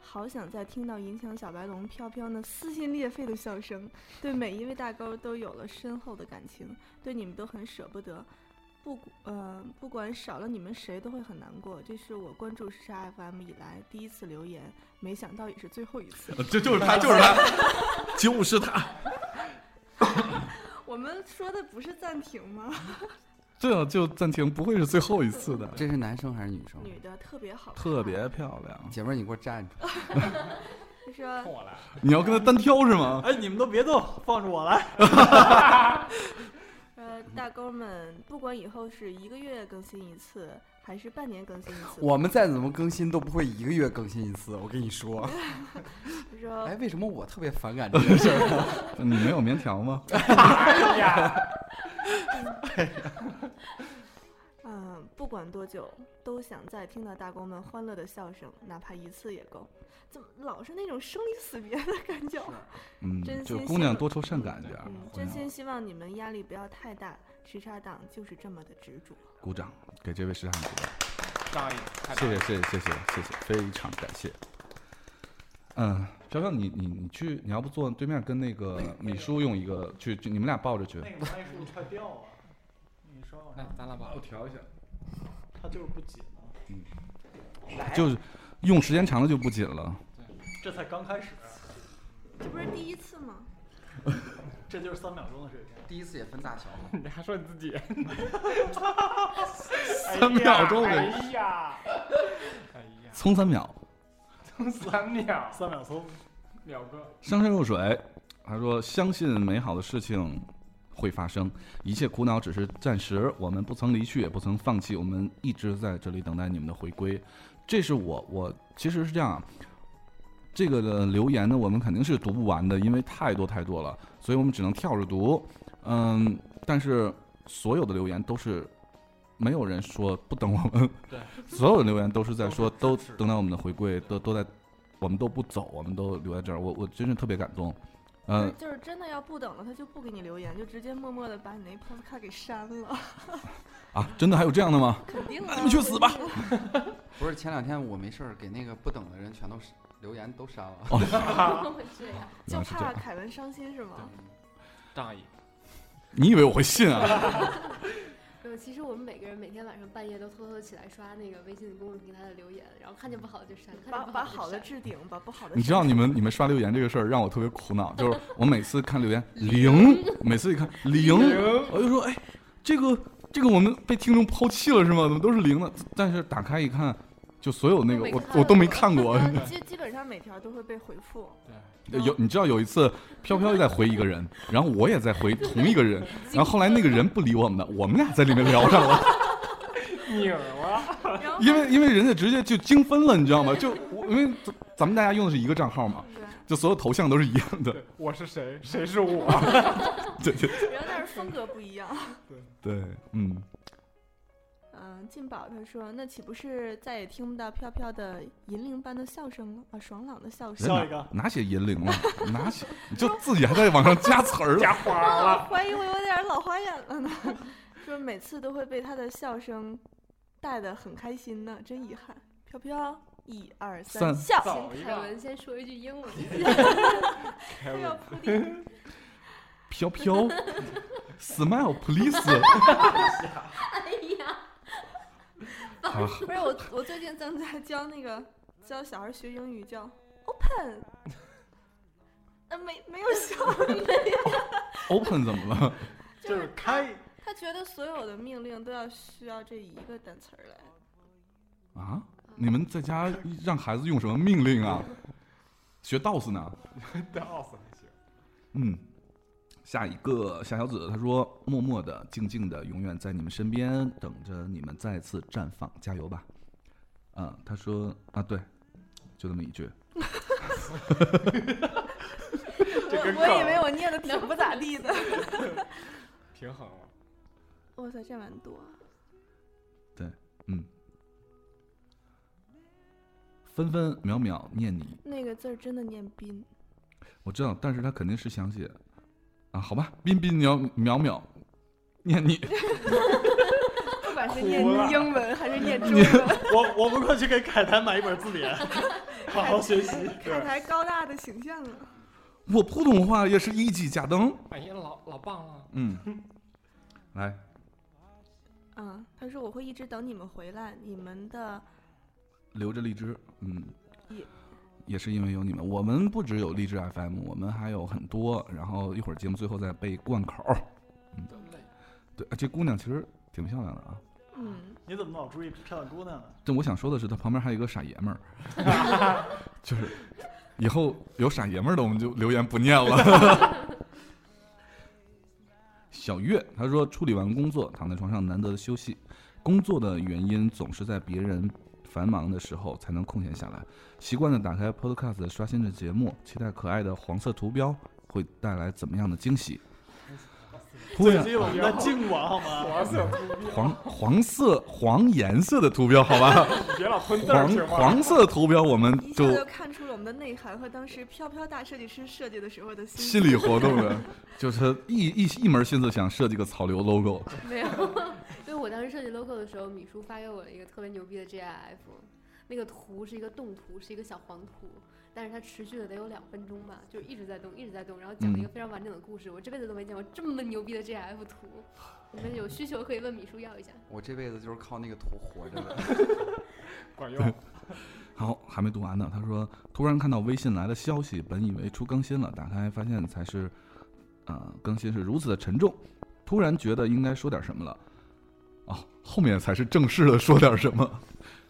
[SPEAKER 2] 好想再听到银枪小白龙飘飘那撕心裂肺的笑声，对每一位大钩都有了深厚的感情，对你们都很舍不得。不顾，呃，不管少了你们谁都会很难过。这是我关注时差 FM 以来第一次留言，没想到也是最后一次。
[SPEAKER 1] 这 就是他，就是他，就是他。
[SPEAKER 2] 我们说的不是暂停吗？
[SPEAKER 1] 这啊就暂停，不会是最后一次的。
[SPEAKER 4] 这是男生还是女生？
[SPEAKER 2] 女的特别好，啊
[SPEAKER 1] 特别。漂亮，
[SPEAKER 4] 姐妹儿你给我站住！
[SPEAKER 2] 他说
[SPEAKER 5] 冲我来，
[SPEAKER 1] 你要跟他单挑是吗？
[SPEAKER 3] 哎，你们都别动，放着我来。
[SPEAKER 2] 呃，大哥们，不管以后是一个月更新一次，还是半年更新一次，
[SPEAKER 4] 我们再怎么更新都不会一个月更新一次，我跟你说。
[SPEAKER 2] 他说
[SPEAKER 4] 哎，为什么我特别反感这件 事儿？
[SPEAKER 1] 你没有棉条吗？
[SPEAKER 5] 哎
[SPEAKER 2] 嗯，不管多久，都想再听到大哥们欢乐的笑声，哪怕一次也够。怎么老是那种生离死别的感觉？
[SPEAKER 1] 嗯
[SPEAKER 2] 真，
[SPEAKER 1] 就
[SPEAKER 2] 心
[SPEAKER 1] 姑
[SPEAKER 2] 羡
[SPEAKER 1] 娘
[SPEAKER 2] 慕
[SPEAKER 1] 多愁善感一点儿
[SPEAKER 2] 嗯，，
[SPEAKER 1] 姑
[SPEAKER 2] 真
[SPEAKER 1] 娘
[SPEAKER 2] 心希望你们压力不要太大，时差党就是这么的执着。
[SPEAKER 1] 鼓掌，给这位时尚姐，
[SPEAKER 5] 仗义，太
[SPEAKER 1] 谢
[SPEAKER 5] 仗义
[SPEAKER 1] 谢
[SPEAKER 5] 了。
[SPEAKER 1] 谢谢谢谢谢谢，非常感谢。嗯，飘飘，你你你去，你要不坐对面跟那个米叔用一个去，去你们俩抱着去
[SPEAKER 3] 那。个麦叔快掉了，你稍微往
[SPEAKER 5] 来
[SPEAKER 3] 上，
[SPEAKER 5] 咱俩把
[SPEAKER 1] 我调一下，
[SPEAKER 3] 它就是不紧呢，
[SPEAKER 1] 就是用时间长了就不紧了。
[SPEAKER 3] 这才刚开始，
[SPEAKER 2] 这不是第一次吗？
[SPEAKER 3] 这就是三秒钟的水平。
[SPEAKER 4] 第一次也分大小嘛，
[SPEAKER 5] 你还说你 自己？
[SPEAKER 1] 三秒钟
[SPEAKER 5] 哎
[SPEAKER 1] 为
[SPEAKER 5] 呀， 哎呀，
[SPEAKER 1] 冲三秒，
[SPEAKER 5] 三秒，
[SPEAKER 3] 三秒钟，
[SPEAKER 5] 秒哥，
[SPEAKER 1] 上善若水。他说：“相信美好的事情会发生，一切苦恼只是暂时。我们不曾离去，也不曾放弃，我们一直在这里等待你们的回归。”这是我，我其实是这样啊。这个的留言呢，我们肯定是读不完的，因为太多太多了，所以我们只能跳着读。嗯，但是所有的留言都是没有人说不等我们，
[SPEAKER 5] 对，
[SPEAKER 1] 所有的留言都是在说
[SPEAKER 5] 都
[SPEAKER 1] 都
[SPEAKER 5] 是支持
[SPEAKER 1] 等待我们的回归，都都在，我们都不走，我们都留在这儿。我我真是特别感动。嗯，
[SPEAKER 2] 就是真的要不等了，他就不给你留言，就直接默默的把你那 post 卡给删了。
[SPEAKER 1] 啊，真的还有这样的吗？
[SPEAKER 2] 肯定
[SPEAKER 1] 那
[SPEAKER 2] 啊！
[SPEAKER 1] 你 们去死吧
[SPEAKER 2] 肯定啊！
[SPEAKER 4] 不是前两天我没事儿给那个不等的人全都是留言都删了。
[SPEAKER 2] 啊
[SPEAKER 6] 这
[SPEAKER 1] 原
[SPEAKER 6] 样。
[SPEAKER 2] 就
[SPEAKER 1] 来是这
[SPEAKER 2] 怕
[SPEAKER 1] 样。
[SPEAKER 2] 凯文伤心是吗？
[SPEAKER 5] 仗义，
[SPEAKER 1] 你以为我会信啊？
[SPEAKER 6] 嗯，其实我们每个人每天晚上半夜都偷偷起来刷那个微信公众平台的留言，然后看见不好就删，看
[SPEAKER 2] 把
[SPEAKER 6] 见不
[SPEAKER 2] 把
[SPEAKER 6] 好
[SPEAKER 2] 好
[SPEAKER 6] 就
[SPEAKER 2] 的
[SPEAKER 6] 删。
[SPEAKER 2] 置顶，把不好的删掉。
[SPEAKER 1] 你知道你们你们刷留言这个事儿让我特别苦恼，就是我每次看留言 零，每次一看零，我就说哎，这个这个我们被听众抛弃了是吗？怎么都是零呢？但是打开一看，就所有那个
[SPEAKER 6] 都没
[SPEAKER 1] 我
[SPEAKER 6] 看
[SPEAKER 1] 我都没看过。
[SPEAKER 2] 嗯基基本上每条都会被回复。过
[SPEAKER 1] 有你知道有一次飘飘在回一个人，然后我也在回同一个 人，然后后来那个人不理我们了，我们俩在里面聊上了，
[SPEAKER 5] 拧了，
[SPEAKER 2] 然后
[SPEAKER 1] 因为因为人家直接就惊分了，你知道吗？就我因为咱咱们大家用的是一个账号嘛，
[SPEAKER 2] 对，
[SPEAKER 1] 就所有头像都是一样的。
[SPEAKER 5] 对，我是谁？谁是 我？
[SPEAKER 1] 对对
[SPEAKER 2] 然后但是风格不一样。
[SPEAKER 1] 对，嗯，
[SPEAKER 2] 嗯，进宝他说：“那岂不是再也听不到飘飘的银铃般的笑声了？啊，爽朗的笑声。
[SPEAKER 3] 笑一个，
[SPEAKER 1] 哪写银铃了？哪写？你就自己还在往上加词儿了。
[SPEAKER 5] 加花了，
[SPEAKER 2] 怀疑我有点老花眼了呢。 说每次都会被他的笑声带得很开心呢，真遗憾。飘飘，一二
[SPEAKER 1] 三
[SPEAKER 2] 笑。
[SPEAKER 5] 走一
[SPEAKER 6] 请凯
[SPEAKER 5] 个，
[SPEAKER 6] 文先说一句 英文，
[SPEAKER 5] 凯
[SPEAKER 2] 这要
[SPEAKER 5] 文，
[SPEAKER 2] 铺垫，
[SPEAKER 1] 飘飘，smile please。
[SPEAKER 6] 哎呀，
[SPEAKER 1] 好，
[SPEAKER 2] 不是我，我最近正在教那个教小孩学英语，叫 open。呃，没没有笑，
[SPEAKER 1] ，open 怎么了？
[SPEAKER 3] 就
[SPEAKER 2] 就是是
[SPEAKER 3] 开，
[SPEAKER 2] 他觉得所有的命令都要需要这一个单词儿来。
[SPEAKER 1] 啊？你们在家让孩子用什么命令啊？学 DOS 呢？
[SPEAKER 5] 到死还行。
[SPEAKER 1] 嗯，下一个夏小紫她说：“默默的、静静的，永远在你们身边，等着你们再次绽放，加油吧。”嗯，她说啊，对，就这么一句。
[SPEAKER 2] 我 我
[SPEAKER 1] 啊
[SPEAKER 2] 以为我念的挺不咋地的。
[SPEAKER 5] 平衡了。
[SPEAKER 2] 哇塞，这蛮多啊。
[SPEAKER 1] 分分秒秒念你，
[SPEAKER 2] 那个字儿真的念斌，
[SPEAKER 1] 我知道，但是他肯定是想写啊，好吧，彬彬秒秒秒，念你，
[SPEAKER 2] 不管是
[SPEAKER 3] 念哭
[SPEAKER 1] 啊
[SPEAKER 3] 了
[SPEAKER 2] 英文还 是念中文，
[SPEAKER 3] 我我们快去给凯台买一本 字典，好好学习。
[SPEAKER 2] 凯台高大的形象啊。
[SPEAKER 1] 我普通话也是一级甲等，
[SPEAKER 5] 哎呀，老老棒了。
[SPEAKER 1] 嗯，来，
[SPEAKER 2] 啊，他说我会一直等你们回来，你们的
[SPEAKER 1] 留着荔枝，嗯，
[SPEAKER 2] 也
[SPEAKER 1] 也是因为有你们，我们不只有荔枝 FM，我们还有很多，然后一会儿节目最后再背贯口儿，嗯
[SPEAKER 5] 真累。
[SPEAKER 1] 对，啊这姑娘其实挺漂亮的啊，
[SPEAKER 2] 嗯，
[SPEAKER 3] 你怎么老注意漂亮姑娘呢？
[SPEAKER 1] 但我想说的是，她旁边还有一个傻爷们儿，就是以后有傻爷们儿的，我们就留言不念了。小月她说，处理完工作，躺在床上难得的休息。工作的原因总是在别人繁忙的时候才能空闲下来，习惯的打开 Podcast 刷新着节目，期待可爱的黄色图标会带来怎么样的惊喜。突
[SPEAKER 3] 最
[SPEAKER 1] 然，
[SPEAKER 3] 近我们在静管好吗？
[SPEAKER 5] 啊色，
[SPEAKER 1] 黄黄色黄颜色的图标，好吧。
[SPEAKER 5] 你别老混字儿
[SPEAKER 1] 黄
[SPEAKER 5] 行吗？
[SPEAKER 1] 黄色图标，我们
[SPEAKER 2] 一下
[SPEAKER 1] 嗯就
[SPEAKER 2] 就看出了我们的内涵和当时飘飘大设计师设计的时候的
[SPEAKER 1] 心
[SPEAKER 2] 心
[SPEAKER 1] 理活动了， 就是一一一门心思想设计个草榴 logo，
[SPEAKER 6] 没有，因为我当时设计 logo 的时候，米叔发给我了一个特别牛逼的 GIF，那个图是一个动图，是一个小黄图，但是它持续了得有两分钟吧，就一直在动，一直在动，然后讲了一个非常完整的故事。我这辈子都没见过这么牛逼的 GIF 图，你们有需求可以问米叔要一下。
[SPEAKER 4] 我这辈子就是靠那个图活着的。
[SPEAKER 3] 哎
[SPEAKER 5] 管用。
[SPEAKER 1] 好，还没读完呢。他说，突然看到微信来的消息，本以为出更新了，打开发现才是，呃，更新是如此的沉重。突然觉得应该说点什么了，哦，后面才是正式的说点什么。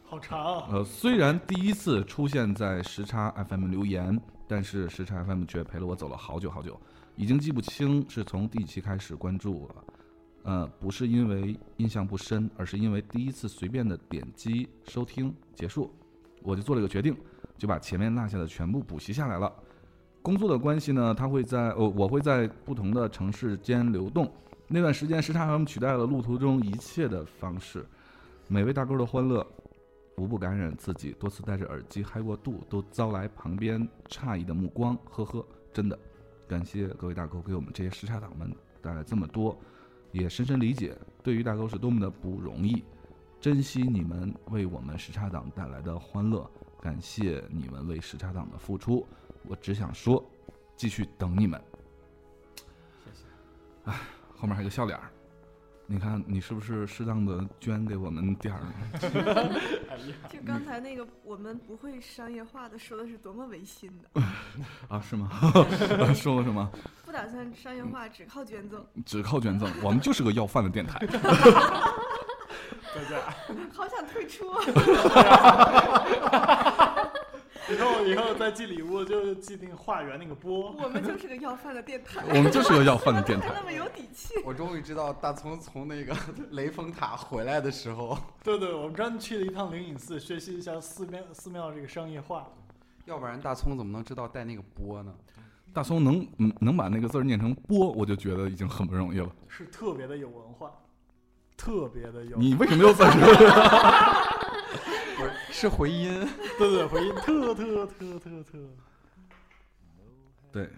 [SPEAKER 3] 好长啊，
[SPEAKER 1] 呃，虽然第一次出现在时差 FM 留言，但是时差 FM 却陪了我走了好久好久，已经记不清是从第几期开始关注了。呃，不是因为印象不深，而是因为第一次随便的点击收听结束，我就做了一个决定，就把前面落下的全部补习下来了。工作的关系呢，它会在呃我、我会在不同的城市间流动。那段时间，时差 FM 取代了路途中一切的方式，每位大哥的欢乐无不感染自己，多次戴着耳机嗨过度，都遭来旁边诧异的目光。呵呵，真的，感谢各位大哥给我们这些时差党们带来这么多，也深深理解对于大哥是多么的不容易，珍惜你们为我们时差党带来的欢乐，感谢你们为时差党的付出。我只想说，继续等你们。
[SPEAKER 5] 谢谢。
[SPEAKER 1] 后面还有个笑脸儿，你看你是不是适当的捐给我们点儿？
[SPEAKER 5] 哎呀，
[SPEAKER 2] 就刚才那个我们不会商业化的说的是多么违心的，
[SPEAKER 1] 啊，是吗？ 说过什么？
[SPEAKER 2] 不打算商业化，只靠捐赠。
[SPEAKER 1] 只靠捐赠，我们就是个要饭的电台。
[SPEAKER 5] 再见。
[SPEAKER 2] 好想退出啊！
[SPEAKER 3] 以后以后再寄礼物就寄那个化缘那个波，
[SPEAKER 2] 我们就是个要饭的电台，
[SPEAKER 1] 我们就是个要饭的 电
[SPEAKER 2] 还
[SPEAKER 1] 台
[SPEAKER 2] 那。么有底气。
[SPEAKER 4] 我终于知道大葱从那个 雷峰塔回来的时候，
[SPEAKER 3] 对对，我们刚去了一趟灵隐寺，学习一下寺庙寺庙这个商业化。
[SPEAKER 4] 要不然大葱怎么能知道带那个波呢？
[SPEAKER 1] 大松能嗯能把那个字儿念成“波”，我就觉得已经很不容易了。
[SPEAKER 3] 是特别的有文化，特别的有，
[SPEAKER 1] 你为什么又在这儿？
[SPEAKER 4] 不是，是回音。
[SPEAKER 3] 对对，回音特特特特特。
[SPEAKER 1] 对，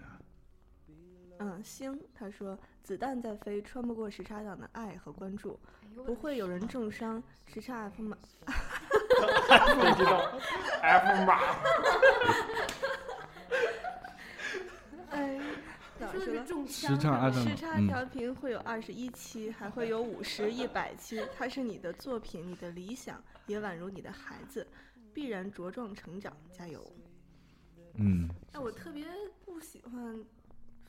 [SPEAKER 2] 嗯，星他说：“子弹在飞，穿不过时差党的爱和关注，
[SPEAKER 6] 哎呦我
[SPEAKER 2] 不
[SPEAKER 6] 的
[SPEAKER 2] 会有人重伤。时差 F 码，
[SPEAKER 5] 不知道 F 码
[SPEAKER 2] 哎，
[SPEAKER 6] 天
[SPEAKER 2] 咋
[SPEAKER 6] 说
[SPEAKER 2] 说
[SPEAKER 6] 的是
[SPEAKER 2] 了？
[SPEAKER 6] 重
[SPEAKER 1] 时
[SPEAKER 6] 伤
[SPEAKER 1] 差
[SPEAKER 6] 是
[SPEAKER 1] 按
[SPEAKER 6] 吧
[SPEAKER 1] 照
[SPEAKER 2] 时差调频会有二十一期，还会有五十、一百期。它是你的作品，你的理想，也宛如你的孩子，必然茁壮成长。加油！
[SPEAKER 1] 嗯，
[SPEAKER 2] 哎，我特别不喜欢，
[SPEAKER 6] 哎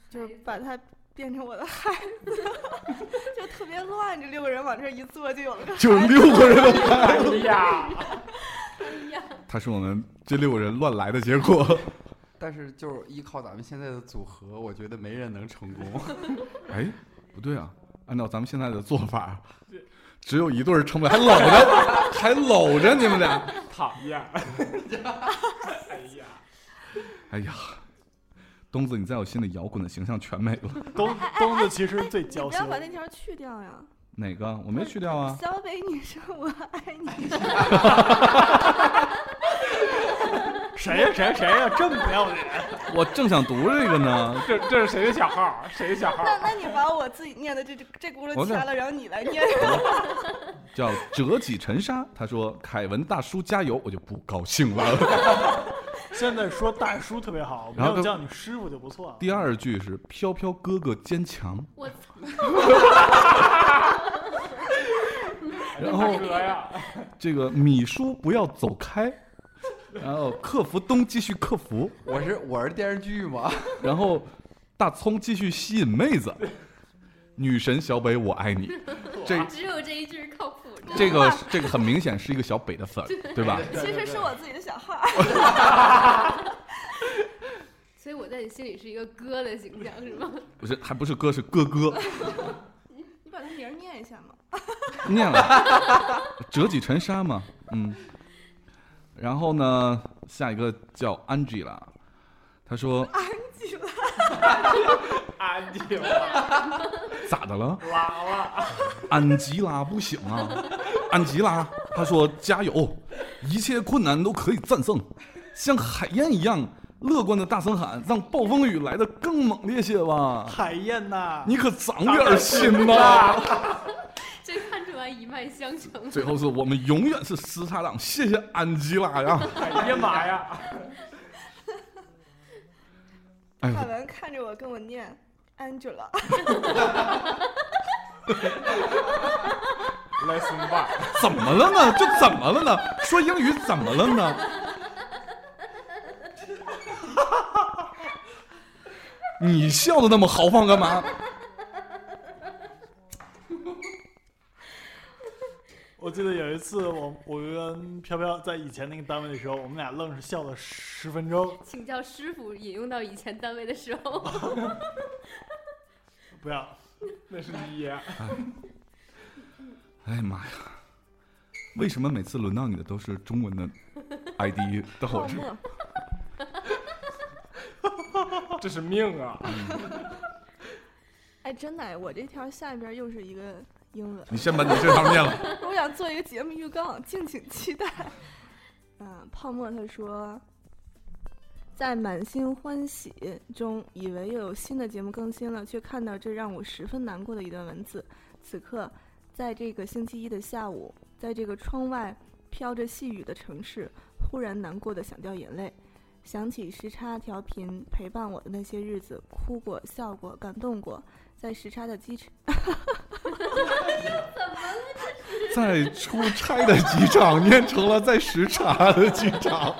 [SPEAKER 2] 就是把它变成我的孩子， 就特别乱。这六个人往这儿一坐，就有了 个
[SPEAKER 1] 就是六个人，
[SPEAKER 5] 哎呀，
[SPEAKER 1] 他是我们这六个人乱来的结果。
[SPEAKER 4] 但是就是依靠咱们现在的组合，我觉得没人能成功。
[SPEAKER 1] 哎，不对啊，按照咱们现在的做法，只有一对儿撑不了，还搂着，还搂着你们俩。
[SPEAKER 5] 讨厌。哎呀，
[SPEAKER 1] 哎呀，东子，你在我心里摇滚的形象全没了。
[SPEAKER 3] 东东子其实最
[SPEAKER 2] 你
[SPEAKER 3] 娇
[SPEAKER 2] 不
[SPEAKER 3] 羞
[SPEAKER 2] 要，把那条去掉呀！
[SPEAKER 1] 哪个？我没去掉啊。
[SPEAKER 2] 小北，你说我爱 你，
[SPEAKER 3] 谁呀谁呀谁呀，这么不要脸！
[SPEAKER 1] 我正想读这个呢，
[SPEAKER 5] 这这是谁的小号？谁的小号？
[SPEAKER 2] 那那你把我自己念的这这这轱
[SPEAKER 1] 我
[SPEAKER 2] 辘
[SPEAKER 1] 在
[SPEAKER 2] 掐了，然后你来念。
[SPEAKER 1] 叫折戟沉沙。他说：“凯文大叔加油！”我就不高兴了。
[SPEAKER 3] 现在说大叔特别好，没
[SPEAKER 1] 然后
[SPEAKER 3] 有
[SPEAKER 1] 他
[SPEAKER 3] 叫你师傅就不错了。
[SPEAKER 1] 第二句是“飘飘哥哥坚强
[SPEAKER 6] 我操，
[SPEAKER 1] 然后
[SPEAKER 5] 哥呀，”，
[SPEAKER 1] 这个米叔不要走开，然后克服东继续克服，
[SPEAKER 4] 我是我是电视剧吗？
[SPEAKER 1] 然后大葱继续吸引妹子，女神小北我爱你。这
[SPEAKER 6] 只有这一句是靠谱的。
[SPEAKER 1] 这个这个很明显是一个小北的粉，对吧？
[SPEAKER 2] 其实是我自己的小 号。
[SPEAKER 6] 所以我在你心里是一个哥的形象是吗？
[SPEAKER 1] 不是，还不是哥，是哥哥。
[SPEAKER 2] 你把他名儿念一下嘛。
[SPEAKER 1] 念了，折戟沉沙嘛，嗯。然后呢，下一个叫 Angie 了，他说
[SPEAKER 2] 记了，
[SPEAKER 5] 安静了，
[SPEAKER 1] 咋的了？
[SPEAKER 5] 拉
[SPEAKER 3] 啊
[SPEAKER 5] 了，
[SPEAKER 1] 安吉拉不行啊，安吉拉，他说加油，一切困难都可以战胜，像海燕一样乐观的大声喊，让暴风雨来得更猛烈些吧。
[SPEAKER 3] 海燕呐，
[SPEAKER 1] 你可长点心呐、
[SPEAKER 6] 这看出来来一脉相承。
[SPEAKER 1] 最后是我们永远是时差党，谢谢安吉拉呀！
[SPEAKER 5] 哎呀妈
[SPEAKER 3] 啊
[SPEAKER 5] 呀！
[SPEAKER 4] 哎
[SPEAKER 2] 凯
[SPEAKER 4] 呦，
[SPEAKER 2] 文看着我跟我念 Angela，
[SPEAKER 5] 来松吧，
[SPEAKER 1] 怎么了呢？就怎么了呢？说英语怎么了呢？ 你笑的那么豪放干嘛？
[SPEAKER 3] 我记得有一次我我跟飘飘在以前那个单位的时候，我们俩愣是笑了十分钟。
[SPEAKER 6] 请教师傅引用到以前单位的时候，
[SPEAKER 3] 不要，
[SPEAKER 5] 那是你爷。
[SPEAKER 1] 哎呀妈呀！为什么每次轮到你的都是中文的 ID 到
[SPEAKER 2] 泡
[SPEAKER 1] 我这儿？
[SPEAKER 2] 沫。
[SPEAKER 5] 这是命啊！
[SPEAKER 2] 哎，真的哎，我这条下边又是一个英文。
[SPEAKER 1] 你先把你这条念了。
[SPEAKER 2] 我想做一个节目预告， 敬请期待。嗯，泡沫他说，在满心欢喜中，以为又有新的节目更新了，却看到这让我十分难过的一段文字。此刻，在这个星期一的下午，在这个窗外飘着细雨的城市，忽然难过的想掉眼泪。想起时差调频陪伴我的那些日子，哭过、笑过、感动过，在时差的机场。
[SPEAKER 1] 在出差的机场念成了在时差的机场。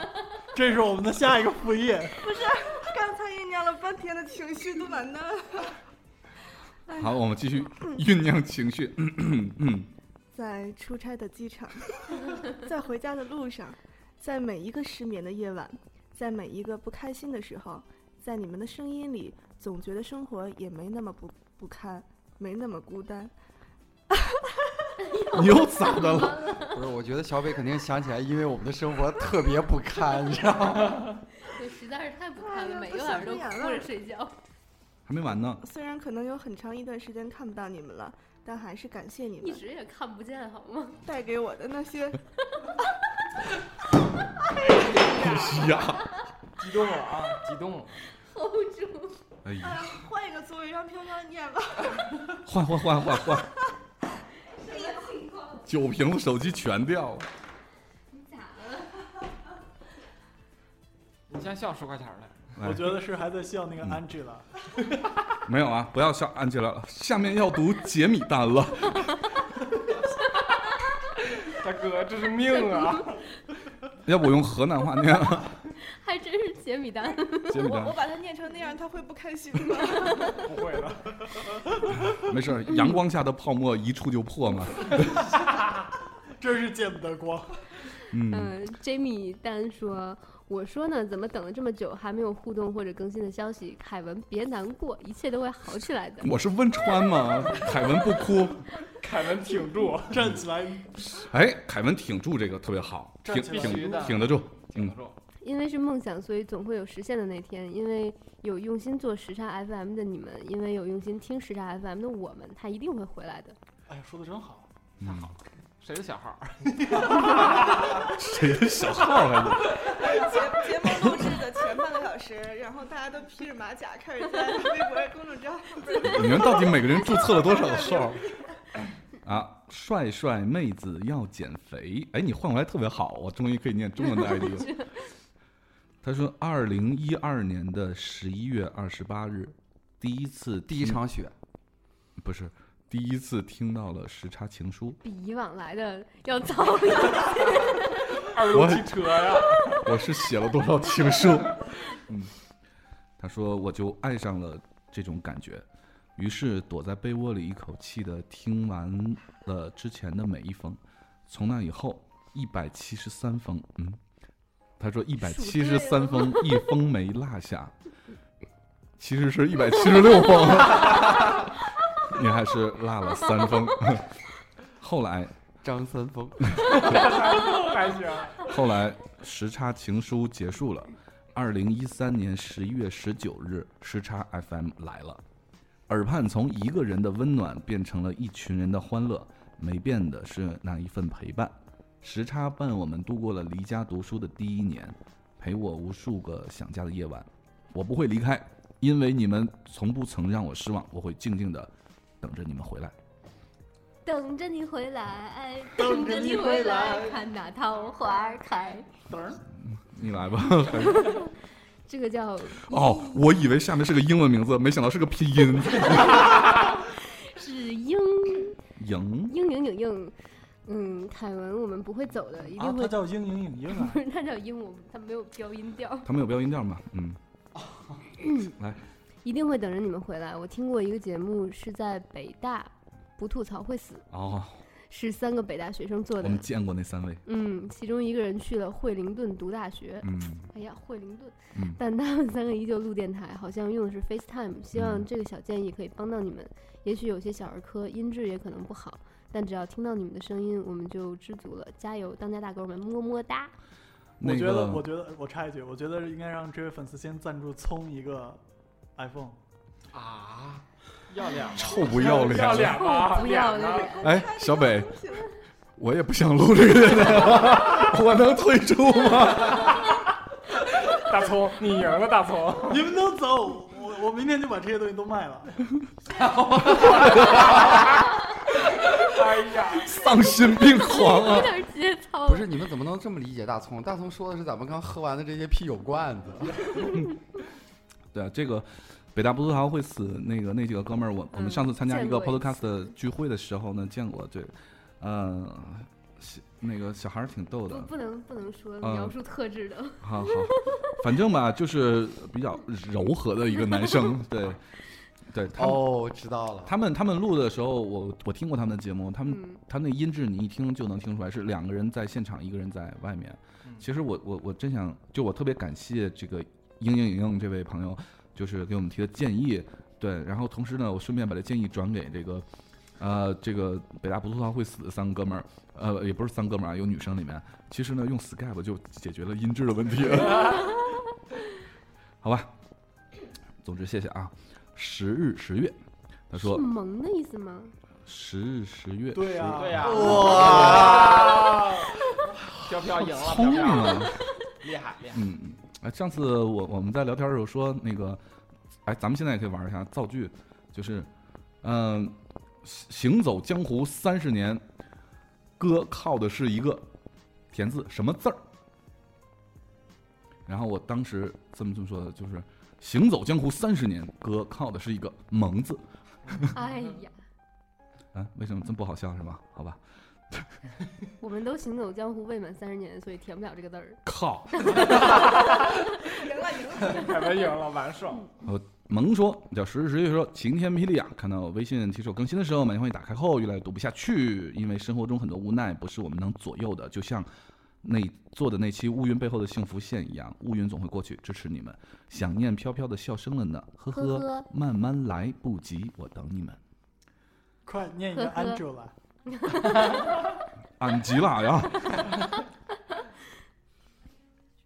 [SPEAKER 3] 这是我们的下一个副业。
[SPEAKER 2] 刚才酝酿了半天的情绪都完蛋了。
[SPEAKER 1] 好，我们继续酝酿情绪。
[SPEAKER 2] 在出差的机 场，在回家的路上，在每一个失眠的夜晚，在每一个不开心的时候，在你们的声音里，总觉得生活也没那么不不堪，没那么孤单。
[SPEAKER 1] 你又咋的了？
[SPEAKER 4] 不是，我觉得小北肯定想起来，因为我们的生活特别不堪，你知道吗？
[SPEAKER 6] 对，实在是太不堪
[SPEAKER 2] 哎呀
[SPEAKER 6] 了，每
[SPEAKER 2] 不
[SPEAKER 6] 个晚上
[SPEAKER 2] 想
[SPEAKER 6] 都
[SPEAKER 2] 演
[SPEAKER 6] 哭
[SPEAKER 2] 了
[SPEAKER 6] 着睡觉。
[SPEAKER 1] 还没完呢。
[SPEAKER 2] 虽然可能有很长一段时间看不到你们了，但还是感谢你
[SPEAKER 6] 一
[SPEAKER 2] 们
[SPEAKER 6] 直也看不见，好吗？
[SPEAKER 2] 带给我的那 些
[SPEAKER 1] 哎呀，
[SPEAKER 5] 激动了啊，激动了！
[SPEAKER 6] hold 住，
[SPEAKER 1] 哎呀，
[SPEAKER 2] 换一个座位，让飘飘念吧。
[SPEAKER 1] 换换换换换，酒瓶子、手机全掉了。
[SPEAKER 5] 你先笑，说快点儿来。
[SPEAKER 1] 哎
[SPEAKER 3] 我觉得是还在笑那个
[SPEAKER 1] 嗯
[SPEAKER 3] Angela，
[SPEAKER 1] 没有啊，不要笑安吉拉了，下面要读杰米丹了。
[SPEAKER 5] 大哥，这是 命啊！
[SPEAKER 1] 要不我用河南话念 啊？
[SPEAKER 6] 还真是杰米丹。
[SPEAKER 1] 杰米
[SPEAKER 2] 我
[SPEAKER 1] 丹，
[SPEAKER 2] 把它念成那样，他会不开心吗？
[SPEAKER 5] 不会的，
[SPEAKER 1] 没事儿，阳光下的泡沫一触就破嘛。
[SPEAKER 3] 真是见不得光。
[SPEAKER 1] 嗯，
[SPEAKER 6] 嗯，Jamie 丹说：“我说呢，怎么等了这么久还没有互动或者更新的消息？凯文，别难过，一切都会好起来的。
[SPEAKER 1] 我是汶川嘛，凯文不哭。
[SPEAKER 5] 凯文挺住，
[SPEAKER 3] 站起来，
[SPEAKER 1] 哎，凯文挺住这个特别好，
[SPEAKER 3] 这
[SPEAKER 1] 挺
[SPEAKER 3] 必须
[SPEAKER 1] 挺
[SPEAKER 5] 的
[SPEAKER 1] 挺得住。嗯
[SPEAKER 5] 挺得住。
[SPEAKER 6] 因为是梦想，所以总会有实现的那天。因为有用心做时差 FM 的你们，因为有用心听时差 FM 的我们，他一定会回来的。
[SPEAKER 3] 哎呀，说的真好。
[SPEAKER 1] 嗯，
[SPEAKER 5] 谁的小号？
[SPEAKER 1] 谁的小号还是？
[SPEAKER 2] 节节目录制的前半个小时，然后大家都披着马甲，开始在微博、公众账号不是
[SPEAKER 1] 你们到底每个人注册了多少个号？啊，帅帅妹子要减肥。哎，你换过来特别好，我终于可以念中文的 ID 了。他说，二零一二年的十一月二十八日，第一次
[SPEAKER 4] 第一
[SPEAKER 1] 听
[SPEAKER 4] 场雪，
[SPEAKER 1] 不是第一次听到了时差情书，
[SPEAKER 6] 比以往来的要早一点。
[SPEAKER 5] 二路汽车呀！
[SPEAKER 1] 我是写了多少情书？嗯，他说我就爱上了这种感觉，于是躲在被窝里一口气的听完了之前的每一封。从那以后，一百七十三封，嗯，他说一百七十三封，一封没落下，其实是一百七十六封， 你还是落了三封。 后来
[SPEAKER 5] 嗯
[SPEAKER 4] 张三丰。
[SPEAKER 5] 还行，
[SPEAKER 3] 啊
[SPEAKER 1] 后来时差情书结束了，二零一三年十一月十九日，时差 FM 来了。耳畔从一个人的温暖变成了一群人的欢乐，没变的是那一份陪伴。时差伴我们度过了离家读书的第一年，陪我无数个想家的夜晚。我不会离开，因为你们从不曾让我失望，我会静静的等着你们回来。
[SPEAKER 7] 等着你回来，
[SPEAKER 3] 等着你回来
[SPEAKER 7] 看那桃花儿开。
[SPEAKER 3] 嘚儿，
[SPEAKER 1] 你来吧。
[SPEAKER 6] 这个叫
[SPEAKER 1] 哦，我以为下面是个英文名字，没想到是个拼音。
[SPEAKER 6] 是英
[SPEAKER 1] 莹，
[SPEAKER 6] 英影影映，嗯，凯文我们不会走的，一
[SPEAKER 3] 啊
[SPEAKER 6] 定，会
[SPEAKER 3] 他。叫英莹莹莹啊，
[SPEAKER 6] 他叫英文，他没有标音调，
[SPEAKER 1] 他们有标音调吗？嗯，
[SPEAKER 6] 一定会等着你们回来。我听过一个节目是在北大，不吐槽会死，
[SPEAKER 1] 哦，
[SPEAKER 6] 是三个北大学生做
[SPEAKER 1] 我
[SPEAKER 6] 的
[SPEAKER 1] 们。见过那三位。
[SPEAKER 6] 嗯，其中一个人去了惠灵顿读大学，
[SPEAKER 1] 嗯
[SPEAKER 6] 哎呀，惠灵顿，
[SPEAKER 1] 嗯
[SPEAKER 6] 但他们三个依旧录电台，好像用的是 FaceTime，希望
[SPEAKER 1] 嗯
[SPEAKER 6] 这个小建议可以帮到你们。也许有些小儿科音质也可能不好，但只要听到你们的声音，我们就知足了。加油，当家大哥们，么么哒！
[SPEAKER 1] 那
[SPEAKER 3] 我觉得，
[SPEAKER 1] 个
[SPEAKER 3] 我觉得，我插一句，我觉得应该让这位粉丝先赞助充一个 iPhone。
[SPEAKER 5] 啊，要脸吗？
[SPEAKER 1] 臭不要脸
[SPEAKER 5] 要脸吗？
[SPEAKER 6] 不要
[SPEAKER 5] 脸吗
[SPEAKER 6] 脸
[SPEAKER 1] 哎，小北，我也不想录这个电台，我能退出 吗？
[SPEAKER 5] 大葱，你赢了，大葱。
[SPEAKER 3] 你们都走，我我明天就把这些东西都卖了。
[SPEAKER 5] 哎呀，
[SPEAKER 1] 丧心病狂
[SPEAKER 6] 有
[SPEAKER 1] 啊！
[SPEAKER 6] 点节操
[SPEAKER 4] 不。是你们怎么能这么理解大葱？大葱说的是咱们刚喝完的这些啤酒罐 子，
[SPEAKER 1] 对啊，这个北大不吐槽会死那个那几个哥们儿，我我们
[SPEAKER 6] 嗯
[SPEAKER 1] 上次参加一个
[SPEAKER 6] 见过一
[SPEAKER 1] podcast 的聚会的时候呢，见过，对，嗯、小那个小孩儿挺逗的
[SPEAKER 6] 不，不能不能说
[SPEAKER 1] 嗯
[SPEAKER 6] 描述特质的，
[SPEAKER 1] 好好，反正吧，就是比较柔和的一个男 生，对，对，他们、
[SPEAKER 4] 哦，知道了。
[SPEAKER 1] 他们他们录的时候，我我听过他们的节目，他们、
[SPEAKER 6] 嗯，
[SPEAKER 1] 他们的音质你一听就能听出来是两个人在现场，一个人在外面。
[SPEAKER 5] 嗯
[SPEAKER 1] 其实我我我真想，就我特别感谢这个英英莹莹这位朋友，就是给我们提的建议，对，然后同时呢，我顺便把这建议转给这个。呃，这个北大不吐槽会死的三个哥们儿，呃，也不是三哥们儿啊，有女生里面，其实呢，用 Skype 就解决了音质的问题了，好吧。总之，谢谢啊。十日十月，他
[SPEAKER 6] 是
[SPEAKER 1] 说
[SPEAKER 6] 萌的意思吗？
[SPEAKER 1] 十日十月，
[SPEAKER 3] 对呀、
[SPEAKER 5] 对啊呀、
[SPEAKER 4] 哇，
[SPEAKER 5] 飘飘 赢
[SPEAKER 3] 哎
[SPEAKER 5] 了，
[SPEAKER 1] 聪
[SPEAKER 5] 飘
[SPEAKER 1] 明
[SPEAKER 5] 飘
[SPEAKER 1] 啊！
[SPEAKER 5] 厉害厉害。
[SPEAKER 1] 嗯，哎，上次我我们在聊天的时候说那个，哎，咱们现在也可以玩一下造句，就是，嗯、行行走江湖三十年，哥靠的是一个填字什么字儿？然后我当时这么这么说的，就是行走江湖三十年，哥靠的是一个蒙字。
[SPEAKER 6] 哎呀，
[SPEAKER 1] 啊，为什么这么不好笑是吗？好吧，
[SPEAKER 6] 我们都行走江湖未满三十年，所以填不了这个字儿。
[SPEAKER 1] 靠，
[SPEAKER 2] 赢了赢了，
[SPEAKER 5] 凯文赢了，完胜。
[SPEAKER 1] 萌说叫十日十月说晴天霹雳啊！看到微信提示我更新的时候，满星会打开后越来越读不下去，因为生活中很多无奈不是我们能左右的，就像那做的那期乌云背后的幸福线一样，乌云总会过去，支持你们，想念飘飘的笑声了呢，呵
[SPEAKER 7] 呵
[SPEAKER 1] 呵，
[SPEAKER 7] 呵，
[SPEAKER 1] 慢慢来，不急，我等你们。
[SPEAKER 3] 快念一个
[SPEAKER 6] 呵呵
[SPEAKER 3] Angel 来。
[SPEAKER 1] 俺急了呀！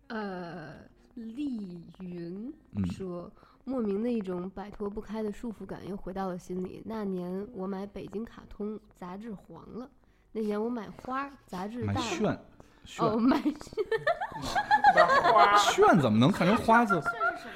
[SPEAKER 6] 呃，丽云
[SPEAKER 1] 嗯
[SPEAKER 6] 说，莫名的一种摆脱不开的束缚感又回到了心里。那年我买北京卡通杂志黄了，那年我买花杂志
[SPEAKER 1] 买
[SPEAKER 6] 大了，
[SPEAKER 1] 炫炫、
[SPEAKER 6] 哦，买
[SPEAKER 5] 花
[SPEAKER 1] 炫怎么能看成花字？
[SPEAKER 2] 这是什么？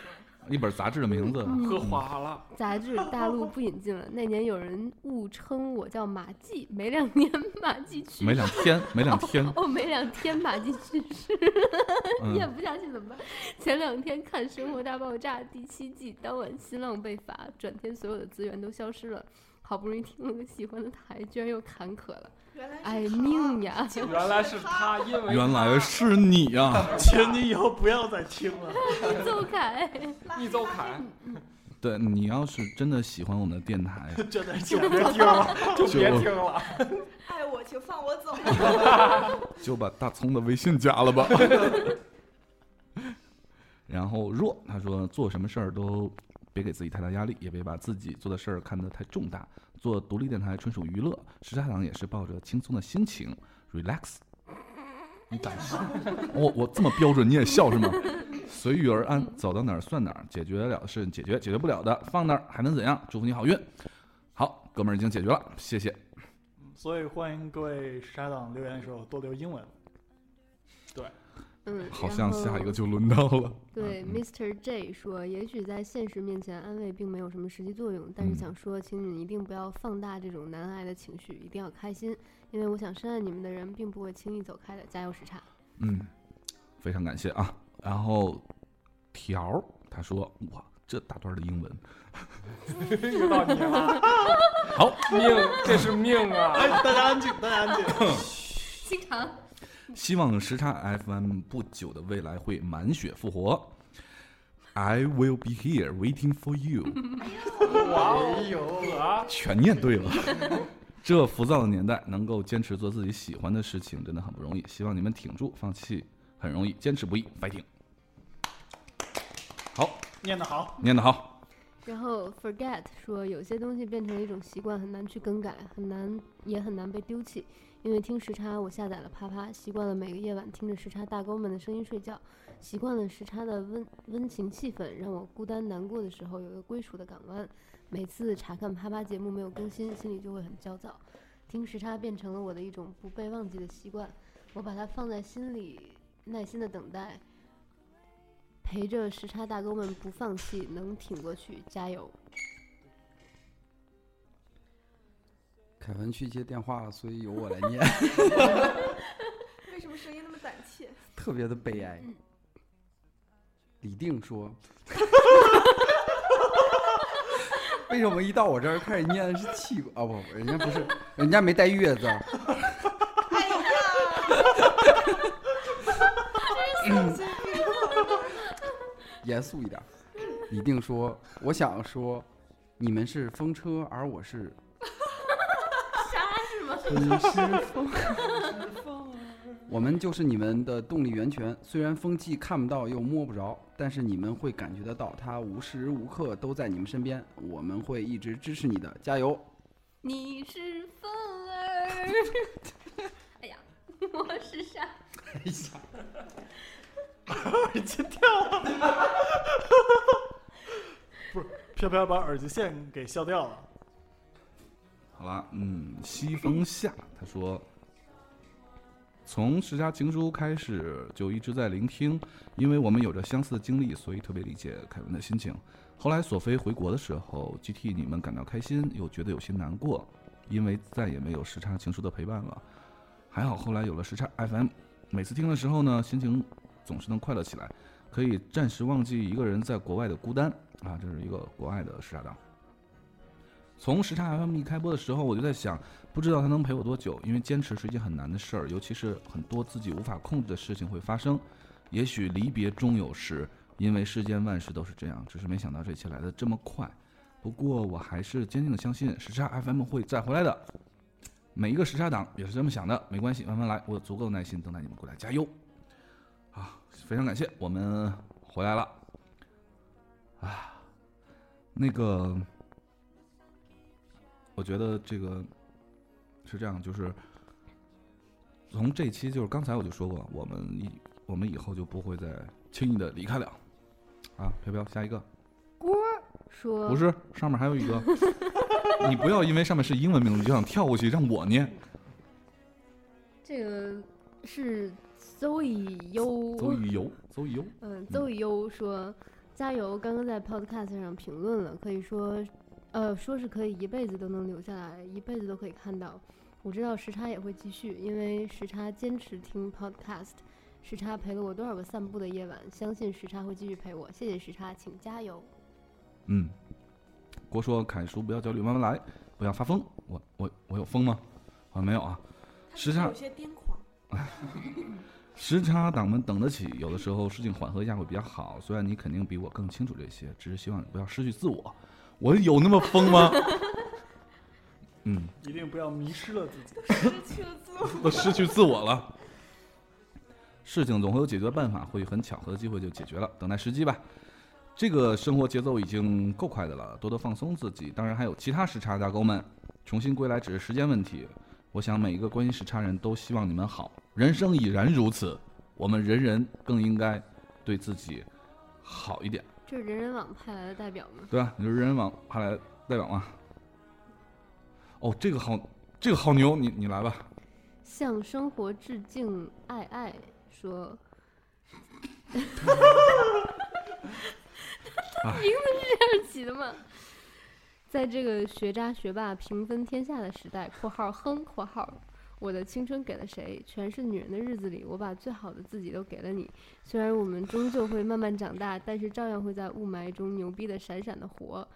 [SPEAKER 1] 一本杂志的名字，
[SPEAKER 5] 喝花了，
[SPEAKER 6] 嗯杂志大陆不引进了。那年有人误称我叫马季，没两年马季去世，
[SPEAKER 1] 没两天，没两天，
[SPEAKER 6] 哦，没两天马季去世，
[SPEAKER 1] 嗯
[SPEAKER 6] 演不下去怎么办？前两天看《生活大爆炸》第七季，当晚新浪被罚，转天所有的资源都消失了。好不容易听了个喜欢的台，居然又坎坷了，
[SPEAKER 2] 原来是啊
[SPEAKER 6] 哎
[SPEAKER 2] 他
[SPEAKER 6] 命呀！
[SPEAKER 5] 原来是他，因为
[SPEAKER 1] 原来是你啊呀、
[SPEAKER 3] 请你以后不要再听了。
[SPEAKER 6] 邹凯，
[SPEAKER 5] 一周凯，
[SPEAKER 1] 对你要是真的喜欢我们的电台，
[SPEAKER 3] 真 的
[SPEAKER 5] 就
[SPEAKER 3] 假
[SPEAKER 5] 别
[SPEAKER 3] 的？
[SPEAKER 5] 听了，就别听了。
[SPEAKER 2] 爱哎我请放我 走。
[SPEAKER 1] 就把大葱的微信加了吧。 然后若他说做什么事儿都别给自己太大压力，也别把自己做的事儿看得太重大。做独立电台纯属娱乐，时差党也是抱着轻松的心情，relax。你敢笑？我我这么标准你也笑是吗？随遇而安，走到哪儿算哪儿，解决得了的事解决，解决不了的放那儿，还能怎样？祝福你好运。好，哥们儿已经解决了，谢谢。
[SPEAKER 3] 所以欢迎各位时差党留言的时候多留英文。
[SPEAKER 6] 嗯，
[SPEAKER 1] 好
[SPEAKER 6] 然
[SPEAKER 1] 像下一
[SPEAKER 6] 后
[SPEAKER 1] 个就轮到了。
[SPEAKER 6] 对、
[SPEAKER 1] 嗯
[SPEAKER 6] m r J 说，也许在现实面前，安慰并没有什么实际作用，但是
[SPEAKER 1] 嗯
[SPEAKER 6] 想说，请你们一定不要放大这种难挨的情绪，一定要开心，因为我想深爱你们的人并不会轻易走开的。加油，时差。
[SPEAKER 1] 嗯，非常感谢啊。然后条儿他说：“哇，这大段的英文，
[SPEAKER 5] 又到你了，
[SPEAKER 1] 好
[SPEAKER 5] 命，这是命啊！
[SPEAKER 3] 哎，大家安静，大家安静。
[SPEAKER 6] 经常
[SPEAKER 1] 希望时差 FM 不久的未来会满血复活。I will be here waiting for you。
[SPEAKER 5] 哇哦，啊，
[SPEAKER 1] 全念对了。这浮躁的年代，能够坚持做自己喜欢的事情，真的很不容易。希望你们挺住，放弃很容易，坚持不易，fighting。好，
[SPEAKER 3] 念得好，
[SPEAKER 1] 念得好。
[SPEAKER 6] 然后 forget 说，有些东西变成了一种习惯，很难去更改，很难也很难被丢弃。因为听时差，我下载了啪啪，习惯了每个夜晚听着时差大哥们的声音睡觉，习惯了时差的温温情气氛，让我孤单难过的时候有一个归属的港湾。每次查看啪啪节目没有更新，心里就会很焦躁。听时差变成了我的一种不被忘记的习惯，我把它放在心里，耐心的等待，陪着时差大哥们不放弃，能挺过去，加油！
[SPEAKER 4] 凯文去接电话了，所以由我来念，
[SPEAKER 2] 为什么声音那么胆怯？
[SPEAKER 4] 特别的悲哀。李定说：“ 为什么一到我这儿开始念的是气啊？不，人家不是，人家没带月字。”
[SPEAKER 2] 哎呀，
[SPEAKER 4] 严肃一点儿，一定说，我想说，你们是风车，而我是啥是吗？你是风，我们就是你们的动力源泉。虽然风气看不到又摸不着，但是你们会感觉得到，它无时无刻都在你们身边。我们会一直支持你的，加油！
[SPEAKER 6] 你是风儿，哎呀，我是沙，
[SPEAKER 3] 耳机掉了。不是，飘飘把耳机线给笑掉了。
[SPEAKER 1] 好了，嗯，西风下他说，从《十佳情书》开始就一直在聆听，因为我们有着相似的经历，所以特别理解凯文的心情。后来索菲回国的时候，G T 你们感到开心，又觉得有些难过，因为再也没有《时差情书》的陪伴了。还好后来有了时差 FM，每次听的时候呢，心情总是能快乐起来，可以暂时忘记一个人在国外的孤单啊，这是一个国外的时差党。从时差 FM 一开播的时候，我就在想，不知道它能陪我多久，因为坚持是一件很难的事儿，尤其是很多自己无法控制的事情会发生。也许离别终有时，因为世间万事都是这样，只是没想到这一切来的这么快。不过我还是坚定的相信，时差 FM 会再回来的。每一个时差党也是这么想的，没关系，慢慢来，我有足够的耐心等待你们过来，加油！啊，非常感谢，我们回来了。啊，那个。我觉得这个是这样，就是从这期就是刚才我就说过，我们以我们以后就不会再轻易的离开了。啊，飘飘，下一个
[SPEAKER 6] 说
[SPEAKER 1] 不是上面还有一个，你不要因为上面是英文名字你就想跳过去让我念。
[SPEAKER 6] 这个是邹以优，
[SPEAKER 1] 邹雨游，邹雨游，
[SPEAKER 6] 嗯，邹以优说：“加油！刚刚在 Podcast 上评论了，可以说，呃，说是可以一辈子都能留下来，一辈子都可以看到。我知道时差也会继续，因为时差坚持听 Podcast，时差陪了我多少个散步的夜晚，相信时差会继续陪我。谢谢时差，请加油！
[SPEAKER 1] 嗯，郭说凯叔不要焦虑，慢慢来，不要发疯。我我我有疯吗？好像没有啊。时差
[SPEAKER 2] 有些癫狂。
[SPEAKER 1] 时差党们等得起，有的时候事情缓和一下会比较好。虽然你肯定比我更清楚这些，只是希望你不要失去自我。我有那么疯吗？ 嗯，
[SPEAKER 3] 一定不要迷失了自己。
[SPEAKER 2] 失去了自我。
[SPEAKER 1] 都失去自我了。事情总会有解决办法，会很巧合的机会就解决了，等待时机吧。这个生活节奏已经够快的了，多多放松自己。当然还有其他时差大哥们，重新归来只是时间问题。我想每一个关心时差人都希望你们好，人生已然如此，我们人人更应该对自己好一点，
[SPEAKER 6] 这是人人网派来的代表吗？
[SPEAKER 1] 对吧？你说人人网派来代表吗？哦，这个好，这个好牛，你你来吧。
[SPEAKER 6] 向生活致敬，爱爱说，这样起的嘛。在这个学渣学霸平分天下的时代（括号哼括号），我的青春给了谁？全是女人的日子里，我把最好的自己都给了你。虽然我们终究会慢慢长大，但是照样会在雾霾中牛逼的闪闪的活。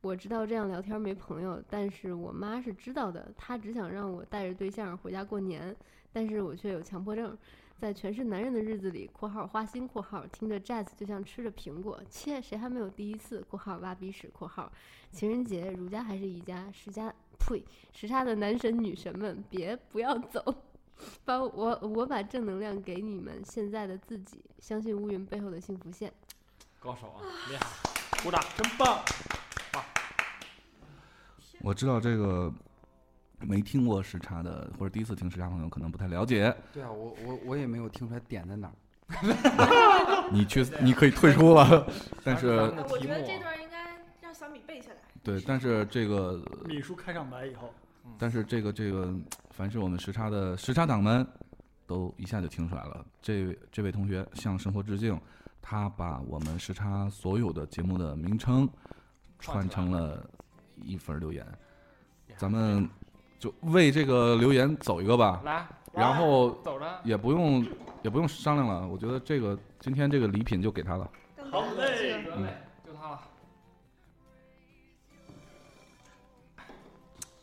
[SPEAKER 6] 我知道这样聊天没朋友，但是我妈是知道的，她只想让我带着对象回家过年，但是我却有强迫症，在全是男人的日子里（括号花心括号）听着 jazz 就像吃着苹果，切，谁还没有第一次（括号挖鼻屎括号）情人节，儒家还是宜家，时家呸，时差的男神女神们，别不要走， 把我我把正能量给你们现在的自己，相信乌云背后的幸福线。
[SPEAKER 5] 高手啊，厉害，鼓掌。
[SPEAKER 3] 真棒！
[SPEAKER 1] 我知道这个没听过时差的，或者第一次听时差的朋友可能不太了解。
[SPEAKER 4] 对啊，我我我也没有听出来点在哪儿。
[SPEAKER 1] 你去，你可以退出了。 但
[SPEAKER 5] 咱
[SPEAKER 1] 是，
[SPEAKER 5] 们的
[SPEAKER 2] 哎我
[SPEAKER 5] 题
[SPEAKER 2] 觉得这
[SPEAKER 5] 目啊，
[SPEAKER 2] 段应该让小米背下来。
[SPEAKER 1] 对，但是这个，
[SPEAKER 3] 米叔开场白以后，
[SPEAKER 5] 嗯
[SPEAKER 1] 但是这个，这个，凡是我们时差的时差党们，都一下就听出来了。这位这位同学向生活致敬，他把我们时差所有的节目的名称串
[SPEAKER 5] 串
[SPEAKER 1] 成
[SPEAKER 5] 起来
[SPEAKER 1] 了一份留言。咱们就为这个留言走一个吧，
[SPEAKER 5] 来
[SPEAKER 1] 然后
[SPEAKER 5] 走着。
[SPEAKER 1] 也不用也不用商量了，我觉得这个今天这个礼品就给他了。
[SPEAKER 2] 刚
[SPEAKER 3] 好
[SPEAKER 2] 才
[SPEAKER 3] 嘞，
[SPEAKER 5] 得嘞，就他了。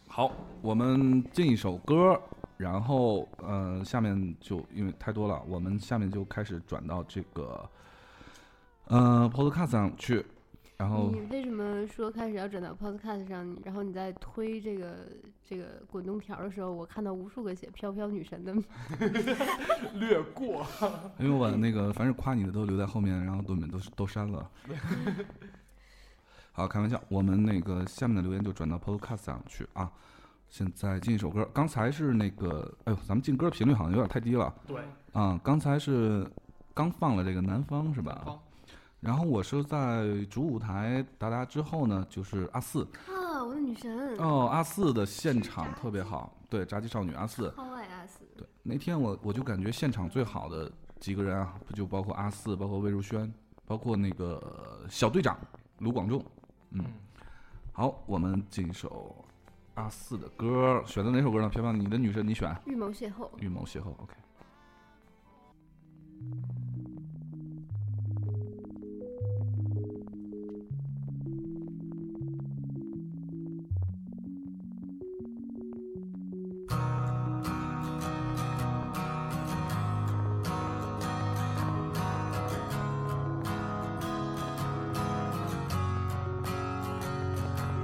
[SPEAKER 1] 好，我们进一首歌，然后呃，下面就因为太多了，我们下面就开始转到这个呃 Podcast 上去，然后
[SPEAKER 6] 你为什么说开始要转到 Podcast 上？你然后你在推这个这个滚动条的时候，我看到无数个写“飘飘女神”的
[SPEAKER 5] 略过。
[SPEAKER 1] 因为我把那个凡是夸你的都留在后面，然后都你们都都删了。 好，开玩笑，我们那个下面的留言就转到 Podcast 上去啊。现在进一首歌，刚才是那个，哎呦，咱们进歌频率好像有点太低了。
[SPEAKER 3] 对，
[SPEAKER 1] 啊、刚才是刚放了这个南方是吧？
[SPEAKER 5] 方
[SPEAKER 1] 然后我是在主舞台达达之后呢，就是阿四
[SPEAKER 6] 啊，我的女神，
[SPEAKER 1] 哦，阿四的现场特别好，对，炸鸡少女阿四，
[SPEAKER 6] 好爱 S，
[SPEAKER 1] 对，那天我我就感觉现场最好的几个人啊，不就包括阿四，包括魏如萱，包括那个呃小队长卢广仲，嗯，好，我们进一首阿四的歌，选择哪首歌呢？飘飘，你的女神你选《
[SPEAKER 6] 预谋邂逅。
[SPEAKER 1] 预谋邂逅》，OK。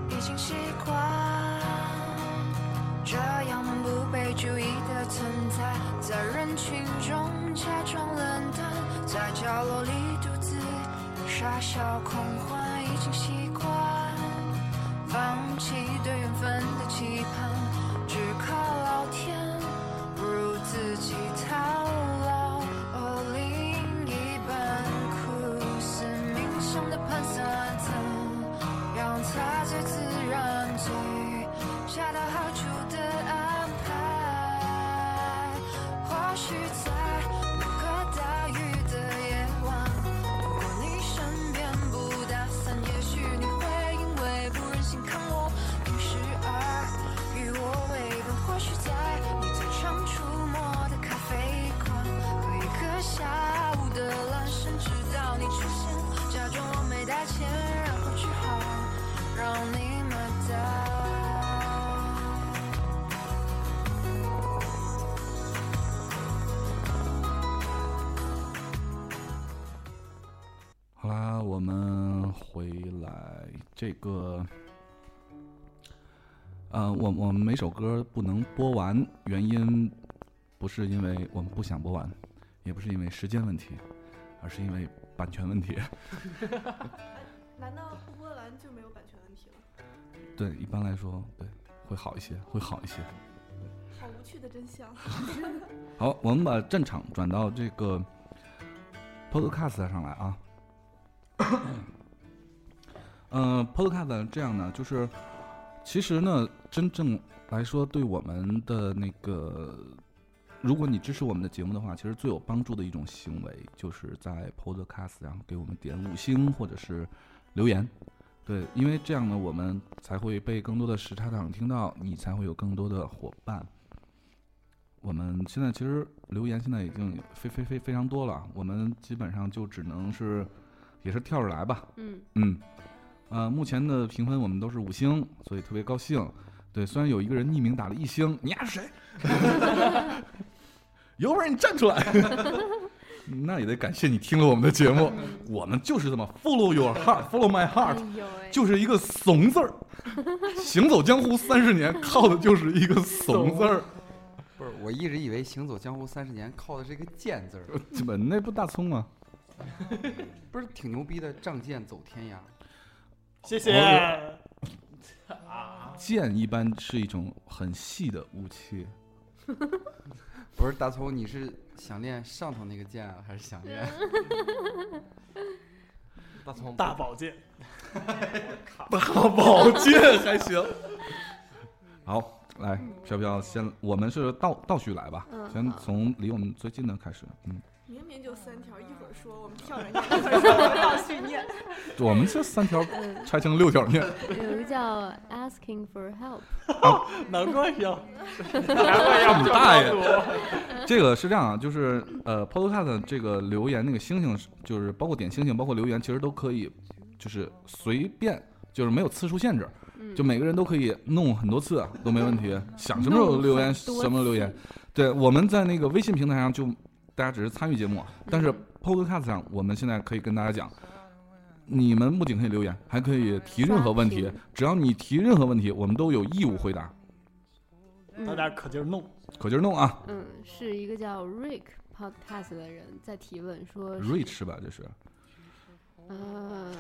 [SPEAKER 8] 已经习惯这样不被注意的存在，在人群中假装冷淡，在角落里独自傻笑恐慌，已经习惯放弃对缘分的期盼，只靠老天不如自己操劳。哦，另一半苦思冥想的盘算怎。让它最自然、最恰到好处的安排。或许在无可大雨的夜晚，如果你身边不打伞，也许你会因为不忍心看我淋湿而与我为伴。或许在你最常出没的咖啡馆，喝一个下午的阑珊，直到你出现，假装我没带钱，然后去好让你买单。
[SPEAKER 1] 好啦，我们回来这个，呃，我我们每首歌不能播完，原因不是因为我们不想播完，也不是因为时间问题，而是因为版权问题。
[SPEAKER 2] 难道不播完就没有版权问题了？
[SPEAKER 1] 对，一般来说，对，会好一些，会好一些。
[SPEAKER 2] 好无趣的真相。
[SPEAKER 1] 好，我们把战场转到这个 Podcast 上来啊。 嗯、p o d c a s t 这样呢，就是其实呢，真正来说，对我们的那个如果你支持我们的节目的话，其实最有帮助的一种行为就是在 Podcast 然后给我们点五星或者是留言。对，因为这样呢，我们才会被更多的时差党听到，你才会有更多的伙伴。我们现在其实留言现在已经非非非非常多了，我们基本上就只能是也是跳着来吧。
[SPEAKER 6] 嗯，
[SPEAKER 1] 嗯，呃，目前的评分我们都是五星，所以特别高兴。对，虽然有一个人匿名打了一星， 你丫是谁？有本事你站出来！ 那也得感谢你听了我们的节目，我们就是这么 follow your heart, follow my
[SPEAKER 6] 嗯哎
[SPEAKER 1] heart，
[SPEAKER 6] 呦喂，
[SPEAKER 1] 就是一个怂字儿。行走江湖三十年，靠的就是一个怂字儿。
[SPEAKER 4] 不是，我一直以为《行走江湖三十年》靠的是一个“剑”字儿，
[SPEAKER 1] 基本那不大葱吗？
[SPEAKER 4] 不是挺牛逼的？仗剑走天涯。
[SPEAKER 3] 谢谢。
[SPEAKER 1] 剑一般是一种很细的武器，
[SPEAKER 4] 不是大葱，你是想练上头那个剑啊，还是想练？
[SPEAKER 5] 大葱
[SPEAKER 3] 大宝 剑，
[SPEAKER 1] 大 宝剑还行。 好，来，飘飘先，我们是倒倒序来吧，
[SPEAKER 6] 嗯
[SPEAKER 1] 先
[SPEAKER 6] 好
[SPEAKER 1] 从离我们最近的开始。嗯，
[SPEAKER 2] 明明就三条，一会儿说我们跳着念，一会儿说我们倒 叙念。
[SPEAKER 1] 我们这三条
[SPEAKER 6] 嗯
[SPEAKER 1] 拆成六条念，
[SPEAKER 6] 有一个叫 asking for help，
[SPEAKER 3] 难怪要
[SPEAKER 5] 难怪要
[SPEAKER 1] 这么
[SPEAKER 5] 这
[SPEAKER 1] 大
[SPEAKER 5] 么
[SPEAKER 1] 爷
[SPEAKER 5] 多
[SPEAKER 1] 这个是这样啊，就是呃，Podcast 这个留言那个星星是，就是包括点星星，包括留言，其实都可以，就是随便，就是没有次数限制，
[SPEAKER 6] 嗯，
[SPEAKER 1] 就每个人都可以弄很多次啊都没问题，想什么时候留言什
[SPEAKER 6] 弄很多
[SPEAKER 1] 么时候留言。对，我们在那个微信平台上就大家只是参与节目，但是 Podcast 上我们现在可以跟大家讲。你们不仅可以留言，还可以提任何问题
[SPEAKER 6] 刷屏。
[SPEAKER 1] 只要你提任何问题，我们都有义务回答。
[SPEAKER 6] 嗯
[SPEAKER 3] 大家可劲儿弄，
[SPEAKER 1] 可劲儿弄啊
[SPEAKER 6] 嗯，是一个叫 Rick Podcast 的人在提问说是，
[SPEAKER 1] ，Rich 吧，这
[SPEAKER 2] 啊
[SPEAKER 1] 是。
[SPEAKER 6] 呃，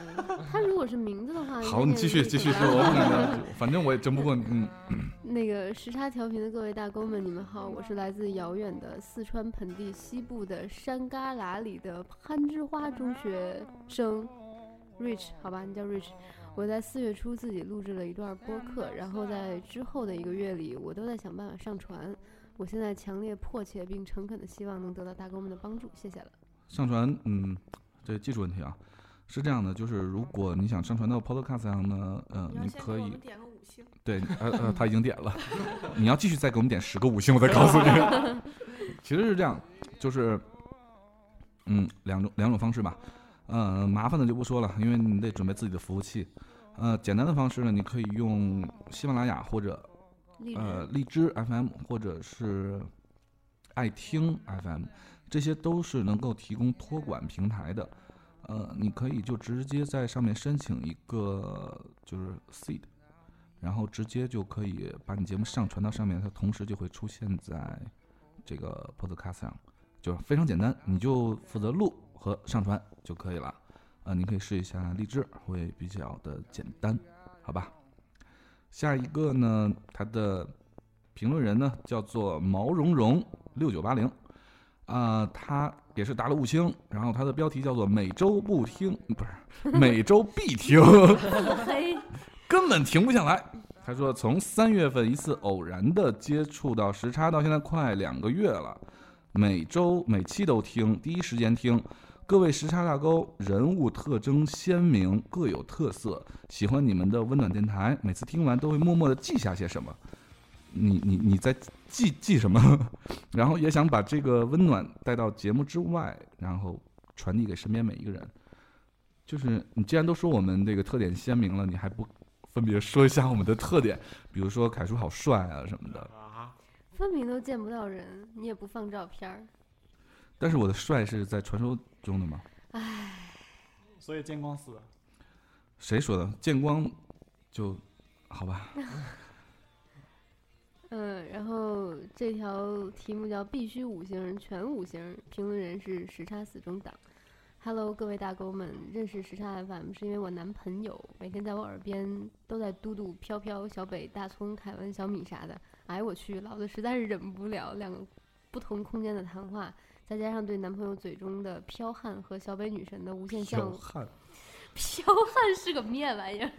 [SPEAKER 6] 他如果是名字的话，
[SPEAKER 1] 好，
[SPEAKER 6] 应该
[SPEAKER 1] 你继续
[SPEAKER 6] 念 Rick
[SPEAKER 1] 继续
[SPEAKER 6] 吧
[SPEAKER 1] 说，我不能，反正我也争不过你。嗯，
[SPEAKER 6] 那个时差调频的各位大公们，你们好，我是来自遥远的四川盆地西部的山旮旯里的攀枝花中学生，Rich，好吧，你叫 Rich。我在四月初自己录制了一段播客，然后在之后的一个月里，我都在想办法上传。我现在强烈、迫切并诚恳的希望能得到大公们的帮助，谢谢了。
[SPEAKER 1] 上传，嗯，这技术问题啊，是这样的，就是如果你想上传到 Podcast 上呢，呃，
[SPEAKER 2] 你要
[SPEAKER 1] 你
[SPEAKER 2] 先给
[SPEAKER 1] 可
[SPEAKER 2] 我
[SPEAKER 1] 以
[SPEAKER 2] 们，点个五星，
[SPEAKER 1] 对，呃呃，他已经点了，你要继续再给我们点十个五星，我再告诉你。 其实是这样，就是，嗯，两种两种方式吧，呃，麻烦的就不说了，因为你得准备自己的服务器。呃，简单的方式呢，你可以用喜马拉雅或者
[SPEAKER 6] 励志、
[SPEAKER 1] 呃，荔枝 FM 或者是爱听 FM，这些都是能够提供托管平台的。呃，你可以就直接在上面申请一个就是 seed，然后直接就可以把你节目上传到上面，它同时就会出现在这个 podcast 上，就是非常简单，你就负责录和上传就可以了。呃，你可以试一下荔枝，会比较的简单，好吧？下一个呢，他的评论人呢叫做毛茸茸六九八零，啊，他也是打了五星，然后他的标题叫做“每周不听”，嗯不是每周必听，
[SPEAKER 6] 嘿，
[SPEAKER 1] 根本停不下来。他说，从三月份一次偶然的接触到时差，到现在快两个月了，每周每期都听，第一时间听。各位时差大钩人物特征鲜明，各有特色，喜欢你们的温暖电台。每次听完都会默默的记下些什么。你你你在记记什么？ 然后也想把这个温暖带到节目之外，然后传递给身边每一个人。就是你既然都说我们这个特点鲜明了，你还不分别说一下我们的特点，比如说凯叔好帅啊什么的。
[SPEAKER 6] 分明都见不到人，你也不放照片儿，
[SPEAKER 1] 但是我的帅是在传说中的吗？
[SPEAKER 3] 所以见光死。
[SPEAKER 1] 谁说的？见光就好吧。
[SPEAKER 6] 嗯，然后这条题目叫“必须五星全五星”，评论人是时差死忠党。Hello，各位大狗们，认识时差 FM 是因为我男朋友每天在我耳边都在嘟嘟飘飘、小北、大葱、凯文、小米啥的。哎，我去，老子实在是忍不了两个不同空间的谈话，再加上对男朋友嘴中的彪悍和小北女神的无限向往。
[SPEAKER 1] 汉，
[SPEAKER 6] 彪悍是个面玩意儿，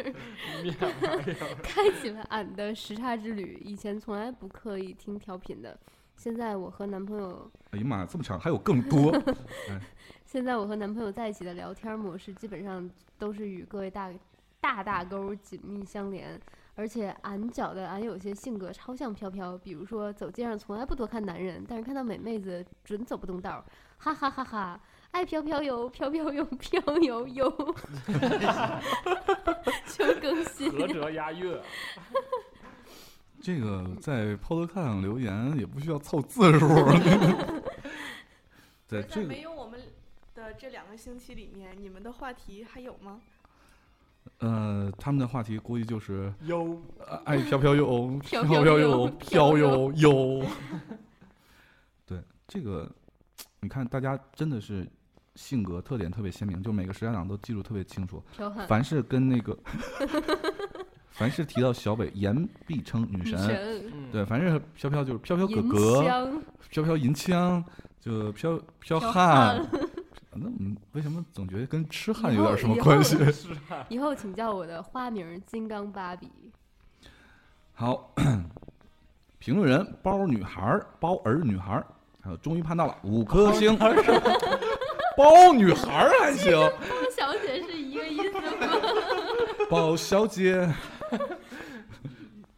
[SPEAKER 3] 面玩意儿，
[SPEAKER 6] 啊开启了俺的时差之旅。以前从来不刻意听调频的，现在我和男朋友，
[SPEAKER 1] 哎呀妈呀，这么长，还有更多。
[SPEAKER 6] 现在我和男朋友在一起的聊天模式，基本上都是与各位大大大勾紧密相连。而且俺觉得俺有些性格超像飘飘，比如说走街上从来不多看男人，但是看到美妹子准走不动道儿，哈哈哈哈！爱飘飘游，飘飘游，飘游游， 求更新。
[SPEAKER 5] 合辙 押韵，
[SPEAKER 1] 这个在 Podcast 上留言也不需要凑字数。 对，
[SPEAKER 2] 在
[SPEAKER 1] 这个
[SPEAKER 2] 没有我们的这两个星期里面，你们的话题还有吗？
[SPEAKER 1] 呃，他们的话题估计就是
[SPEAKER 3] 有
[SPEAKER 1] 呃爱飘飘悠，
[SPEAKER 6] 飘
[SPEAKER 1] 飘悠
[SPEAKER 6] 飘悠，
[SPEAKER 1] 飘
[SPEAKER 6] 飘
[SPEAKER 1] 悠悠。 对，这个你看，大家真的是性格特点特别鲜明，就每个时家长都记住特别清楚。
[SPEAKER 6] 飘悍
[SPEAKER 1] 凡是跟那个，凡是提到小北，言必称女
[SPEAKER 6] 女
[SPEAKER 1] 神。
[SPEAKER 6] 神，
[SPEAKER 5] 嗯，
[SPEAKER 1] 对，凡是飘飘就是飘飘哥
[SPEAKER 6] 银
[SPEAKER 1] 哥，
[SPEAKER 6] 香，
[SPEAKER 1] 飘飘银枪，就飘飘
[SPEAKER 6] 飘
[SPEAKER 1] 汉
[SPEAKER 6] 悍。
[SPEAKER 1] 那我们为什么总觉得跟痴
[SPEAKER 6] 以
[SPEAKER 1] 汉有
[SPEAKER 6] 后
[SPEAKER 1] 点什么
[SPEAKER 6] 以后
[SPEAKER 1] 关系？
[SPEAKER 6] 以后请叫我的花名儿金刚芭比。
[SPEAKER 1] 好， 评论人包女孩儿、包儿女孩儿，还有终于盼到了五颗 星，包女孩儿还行，
[SPEAKER 6] 跟小姐是一个意思吗？
[SPEAKER 1] 包小姐。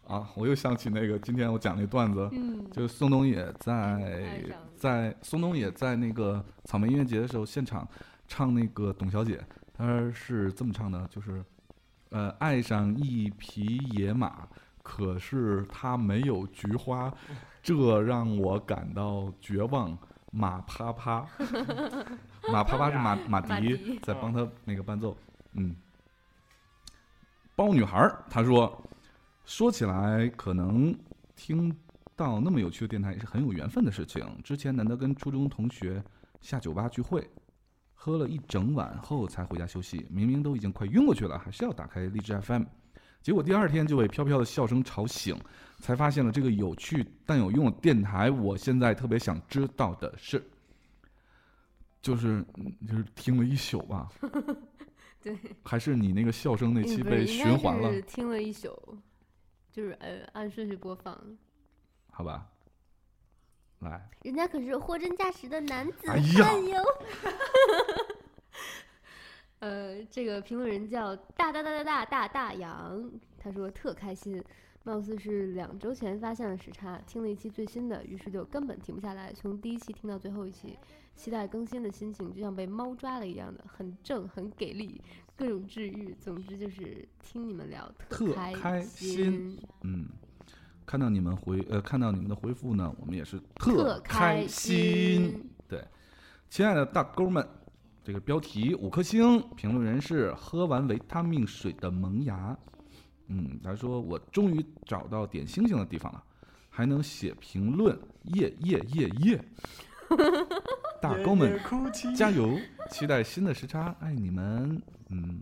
[SPEAKER 1] 啊，我又想起那个今天我讲那段子，
[SPEAKER 6] 嗯，
[SPEAKER 1] 就是宋冬野在
[SPEAKER 6] 爱上了
[SPEAKER 1] 在宋冬野在那个草莓音乐节的时候现场唱那个董小姐，他是这么唱的，就是呃爱上一匹野马，可是它没有菊 花，这让我感到绝望。马啪 啪，马啪啪是马马
[SPEAKER 6] 马
[SPEAKER 1] 迪
[SPEAKER 6] 迪
[SPEAKER 1] 在帮他那个伴奏，嗯。包女孩儿，她说，说起来可能听到那么有趣的电台也是很有缘分的事情。之前难得跟初中同学下酒吧聚会，喝了一整晚后才回家休息，明明都已经快晕过去了，还是要打开励志 FM。结果第二天就被飘飘的笑声吵醒，才发现了这个有趣但有用的电台。我现在特别想知道的是，就是嗯就是听了一宿吧，
[SPEAKER 6] 对，
[SPEAKER 1] 还是你那个笑声那
[SPEAKER 6] 嗯
[SPEAKER 1] 期
[SPEAKER 6] 不是
[SPEAKER 1] 被
[SPEAKER 6] 应
[SPEAKER 1] 循
[SPEAKER 6] 该
[SPEAKER 1] 环了
[SPEAKER 6] 是，听了一宿，就是呃按顺序播放。
[SPEAKER 1] 好吧？来，
[SPEAKER 7] 人家可是货真价实的男子
[SPEAKER 1] 哎呀
[SPEAKER 7] 汉哟。
[SPEAKER 6] 呃，这个评论人叫大大大大大大大洋，他说特开心，貌似是两周前发现了时差，听了一期最新的，于是就根本停不下来，从第一期听到最后一期，期待更新的心情就像被猫抓了一样的，很正，很给力，各种治愈。总之就是听你们聊
[SPEAKER 1] 特
[SPEAKER 6] 开
[SPEAKER 1] 开心嗯，看到你们回呃看到你们的回复呢，我们也是
[SPEAKER 6] 特
[SPEAKER 1] 开
[SPEAKER 6] 开
[SPEAKER 1] 心。
[SPEAKER 6] 心。
[SPEAKER 1] 亲爱的大哥们，这个标题五颗星，评论人是喝完维他命水的萌芽。嗯，他说我终于找到点星星的地方了，还能写评论，耶耶耶耶！ 大哥们
[SPEAKER 3] 也哭泣
[SPEAKER 1] 加油，期待新的时差，爱你们。嗯，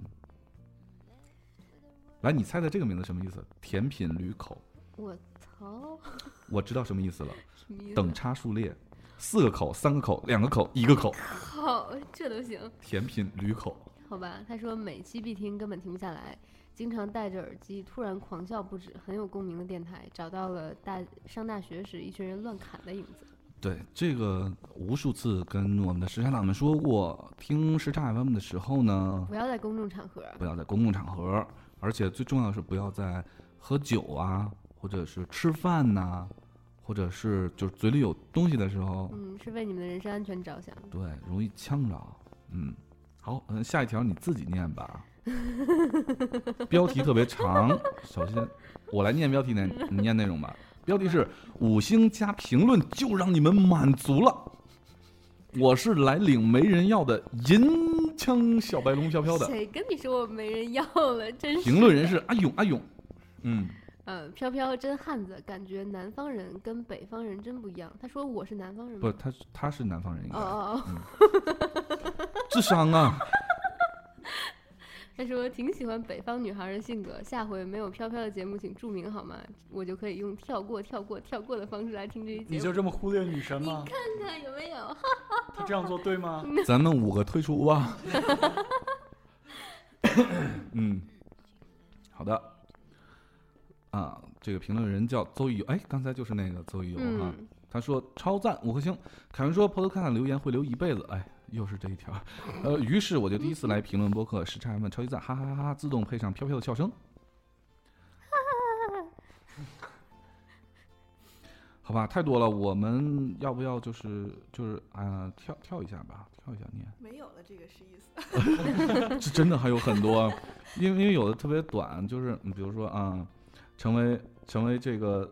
[SPEAKER 1] 来，你猜猜这个名字什么意思？甜品驴口，
[SPEAKER 6] 我操，
[SPEAKER 1] 我知道什么意思了。
[SPEAKER 6] 什么意思？
[SPEAKER 1] 等差数列，四个口，三个口，两个口，一个口，
[SPEAKER 6] 好，哦这都行。
[SPEAKER 1] 甜品驴口。
[SPEAKER 6] 好吧，他说每期必听，根本停不下来，经常戴着耳机突然狂笑不止，很有共鸣的电台，找到了大上大学时一群人乱砍的影子。
[SPEAKER 1] 对，这个无数次跟我们的时差党们说过，听时差 FM 的时候呢，
[SPEAKER 6] 不要在公众场合，
[SPEAKER 1] 不要在公共场合，而且最重要的是不要在喝酒啊，或者是吃饭呐、或者是就是嘴里有东西的时候，
[SPEAKER 6] 嗯，是为你们的人身安全着想。
[SPEAKER 1] 对，容易呛着。嗯，好，嗯，下一条你自己念吧。标题特别长，首先我来念标题呢，你念内容吧。标题是“五星加评论就让你们满足了”，我是来领没人要的银枪小白龙飘飘的。
[SPEAKER 6] 谁跟你说我没人要了？真是。
[SPEAKER 1] 评论人是阿勇，阿勇，嗯，
[SPEAKER 6] 嗯，飘飘真汉子，感觉南方人跟北方人真不一样。他说我是南方人
[SPEAKER 1] 不，
[SPEAKER 6] 吗？
[SPEAKER 1] 他是他是南方人，应
[SPEAKER 6] 哦
[SPEAKER 1] 该
[SPEAKER 6] 哦哦，
[SPEAKER 1] 智商啊，
[SPEAKER 6] 他说挺喜欢北方女孩的性格，下回没有飘飘的节目请注明好吗？我就可以用跳过、跳过、跳过的方式来听这一节目。
[SPEAKER 3] 你就这么忽略女神吗？
[SPEAKER 6] 看看有没有。
[SPEAKER 3] 她这样做对吗？
[SPEAKER 1] 咱们五个退出吧。嗯，好的。啊，这个评论人叫邹一，哎，刚才就是那个邹一游哈。
[SPEAKER 6] 嗯，
[SPEAKER 1] 他说超赞五颗星。凯文说 Podcast 留言会留一辈子，哎，又是这一条。呃，于是我就第一次来评论播客时差问超级赞，哈哈哈哈，自动配上飘飘的笑声。好吧，太多了，我们要不要就是就是啊、呃跳跳一下吧，跳一下念。
[SPEAKER 2] 没有了这个是意思。
[SPEAKER 1] 是真的还有很多，啊因为因为有的特别短，就是你比如说啊、成为成为这个，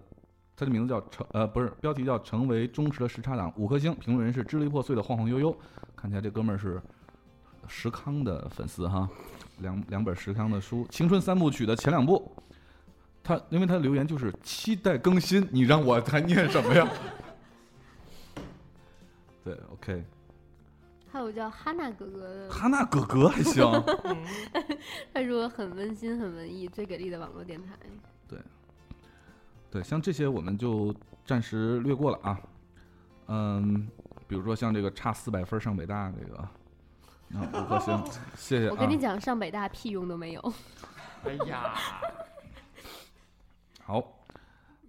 [SPEAKER 1] 它的名字叫成呃不是标题叫成为忠实的时差党五颗星，评论人是支离破碎的晃晃悠悠，看起来这哥们儿是石康的粉丝哈，两两本石康的书，《青春三部曲》的前两部，他因为他留言就是期待更新，你让我还念什么呀？ 对，OK，
[SPEAKER 6] 还有叫哈娜哥哥的，
[SPEAKER 1] 哈娜哥哥还行。
[SPEAKER 6] 他说很温馨、很文艺，最给力的网络电台。
[SPEAKER 1] 对，像这些我们就暂时略过了啊。嗯，比如说像这个差四百分儿上北大这个，啊五颗 星，谢谢
[SPEAKER 6] 我跟你
[SPEAKER 1] 啊。
[SPEAKER 6] 讲，上北大屁用都没有。
[SPEAKER 5] 哎呀，
[SPEAKER 1] 好，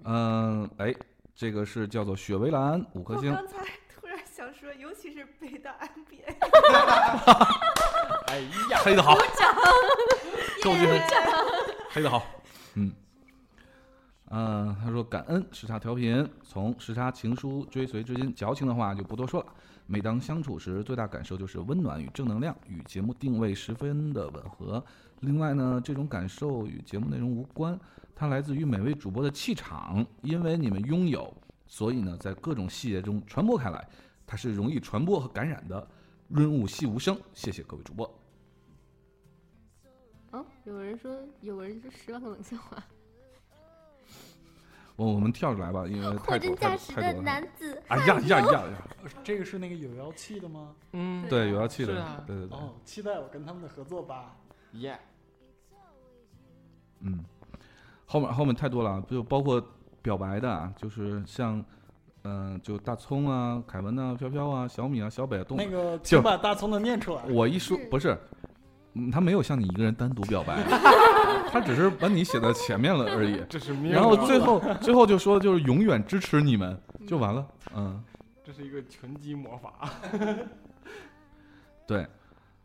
[SPEAKER 1] 嗯，哎，这个是叫做雪薇兰五颗
[SPEAKER 2] 我
[SPEAKER 1] 星，
[SPEAKER 2] 刚才 突然想说，尤其是北大 MBA，
[SPEAKER 5] 哎呀，
[SPEAKER 1] 黑的好， 够劲，黑的好，嗯。嗯、他说感恩时差调频，从时差情书追随至今，矫情的话就不多说了。每当相处时，最大感受就是温暖与正能量，与节目定位十分的吻合。另外呢，这种感受与节目内容无关，它来自于每位主播的气场，因为你们拥有，所以呢，在各种细节中传播开来，它是容易传播和感染的。润物细无声，谢谢各位主播。
[SPEAKER 6] 哦，有人说，有人说十万个冷笑话。
[SPEAKER 1] 我我们跳出来吧，因为
[SPEAKER 7] 货
[SPEAKER 1] 啊太多
[SPEAKER 7] 真价
[SPEAKER 1] 太
[SPEAKER 7] 实
[SPEAKER 1] 多
[SPEAKER 7] 的
[SPEAKER 1] 太多了。
[SPEAKER 7] 男子，
[SPEAKER 1] 哎呀呀呀呀！
[SPEAKER 3] 这个是那个有妖气的吗？
[SPEAKER 5] 嗯，
[SPEAKER 1] 对，有要气
[SPEAKER 5] 是
[SPEAKER 1] 的
[SPEAKER 5] 啊，
[SPEAKER 1] 对对对，
[SPEAKER 3] 哦，期待我跟他们的合作吧。
[SPEAKER 5] 耶，
[SPEAKER 1] 嗯，后面后面太多了，就包括表白的啊，就是像，嗯，就大葱啊、凯文啊、飘飘啊、小米啊、小北啊、东
[SPEAKER 3] 那，个，
[SPEAKER 1] 就
[SPEAKER 3] 请把大葱的念出来。
[SPEAKER 1] 我一说不是，嗯他没有向你一个人单独表白，他只是把你写在前面了而已。
[SPEAKER 5] 这是命啊。
[SPEAKER 1] 然后最后最后就说就是永远支持你们就完了，嗯。
[SPEAKER 5] 这是一个拳击魔法，
[SPEAKER 1] 对，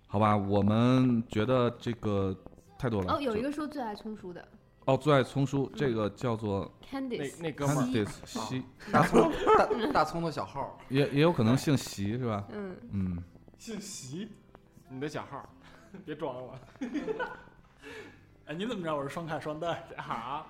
[SPEAKER 1] 好吧，我们觉得这个太多了。
[SPEAKER 6] 哦，有一
[SPEAKER 1] 就
[SPEAKER 6] 个说最爱冲叔的
[SPEAKER 1] 哦，最爱丛书，这个叫做
[SPEAKER 5] 那
[SPEAKER 6] Candice，
[SPEAKER 5] 那哥们儿，
[SPEAKER 1] Candice 席，
[SPEAKER 4] 大葱大大葱的小号，
[SPEAKER 1] 也也有可能姓席是吧？
[SPEAKER 6] 嗯，
[SPEAKER 1] 嗯，
[SPEAKER 3] 姓席，
[SPEAKER 5] 你的小号儿，别装了
[SPEAKER 3] 哎，你怎么知道我是双卡双待？
[SPEAKER 5] 啊！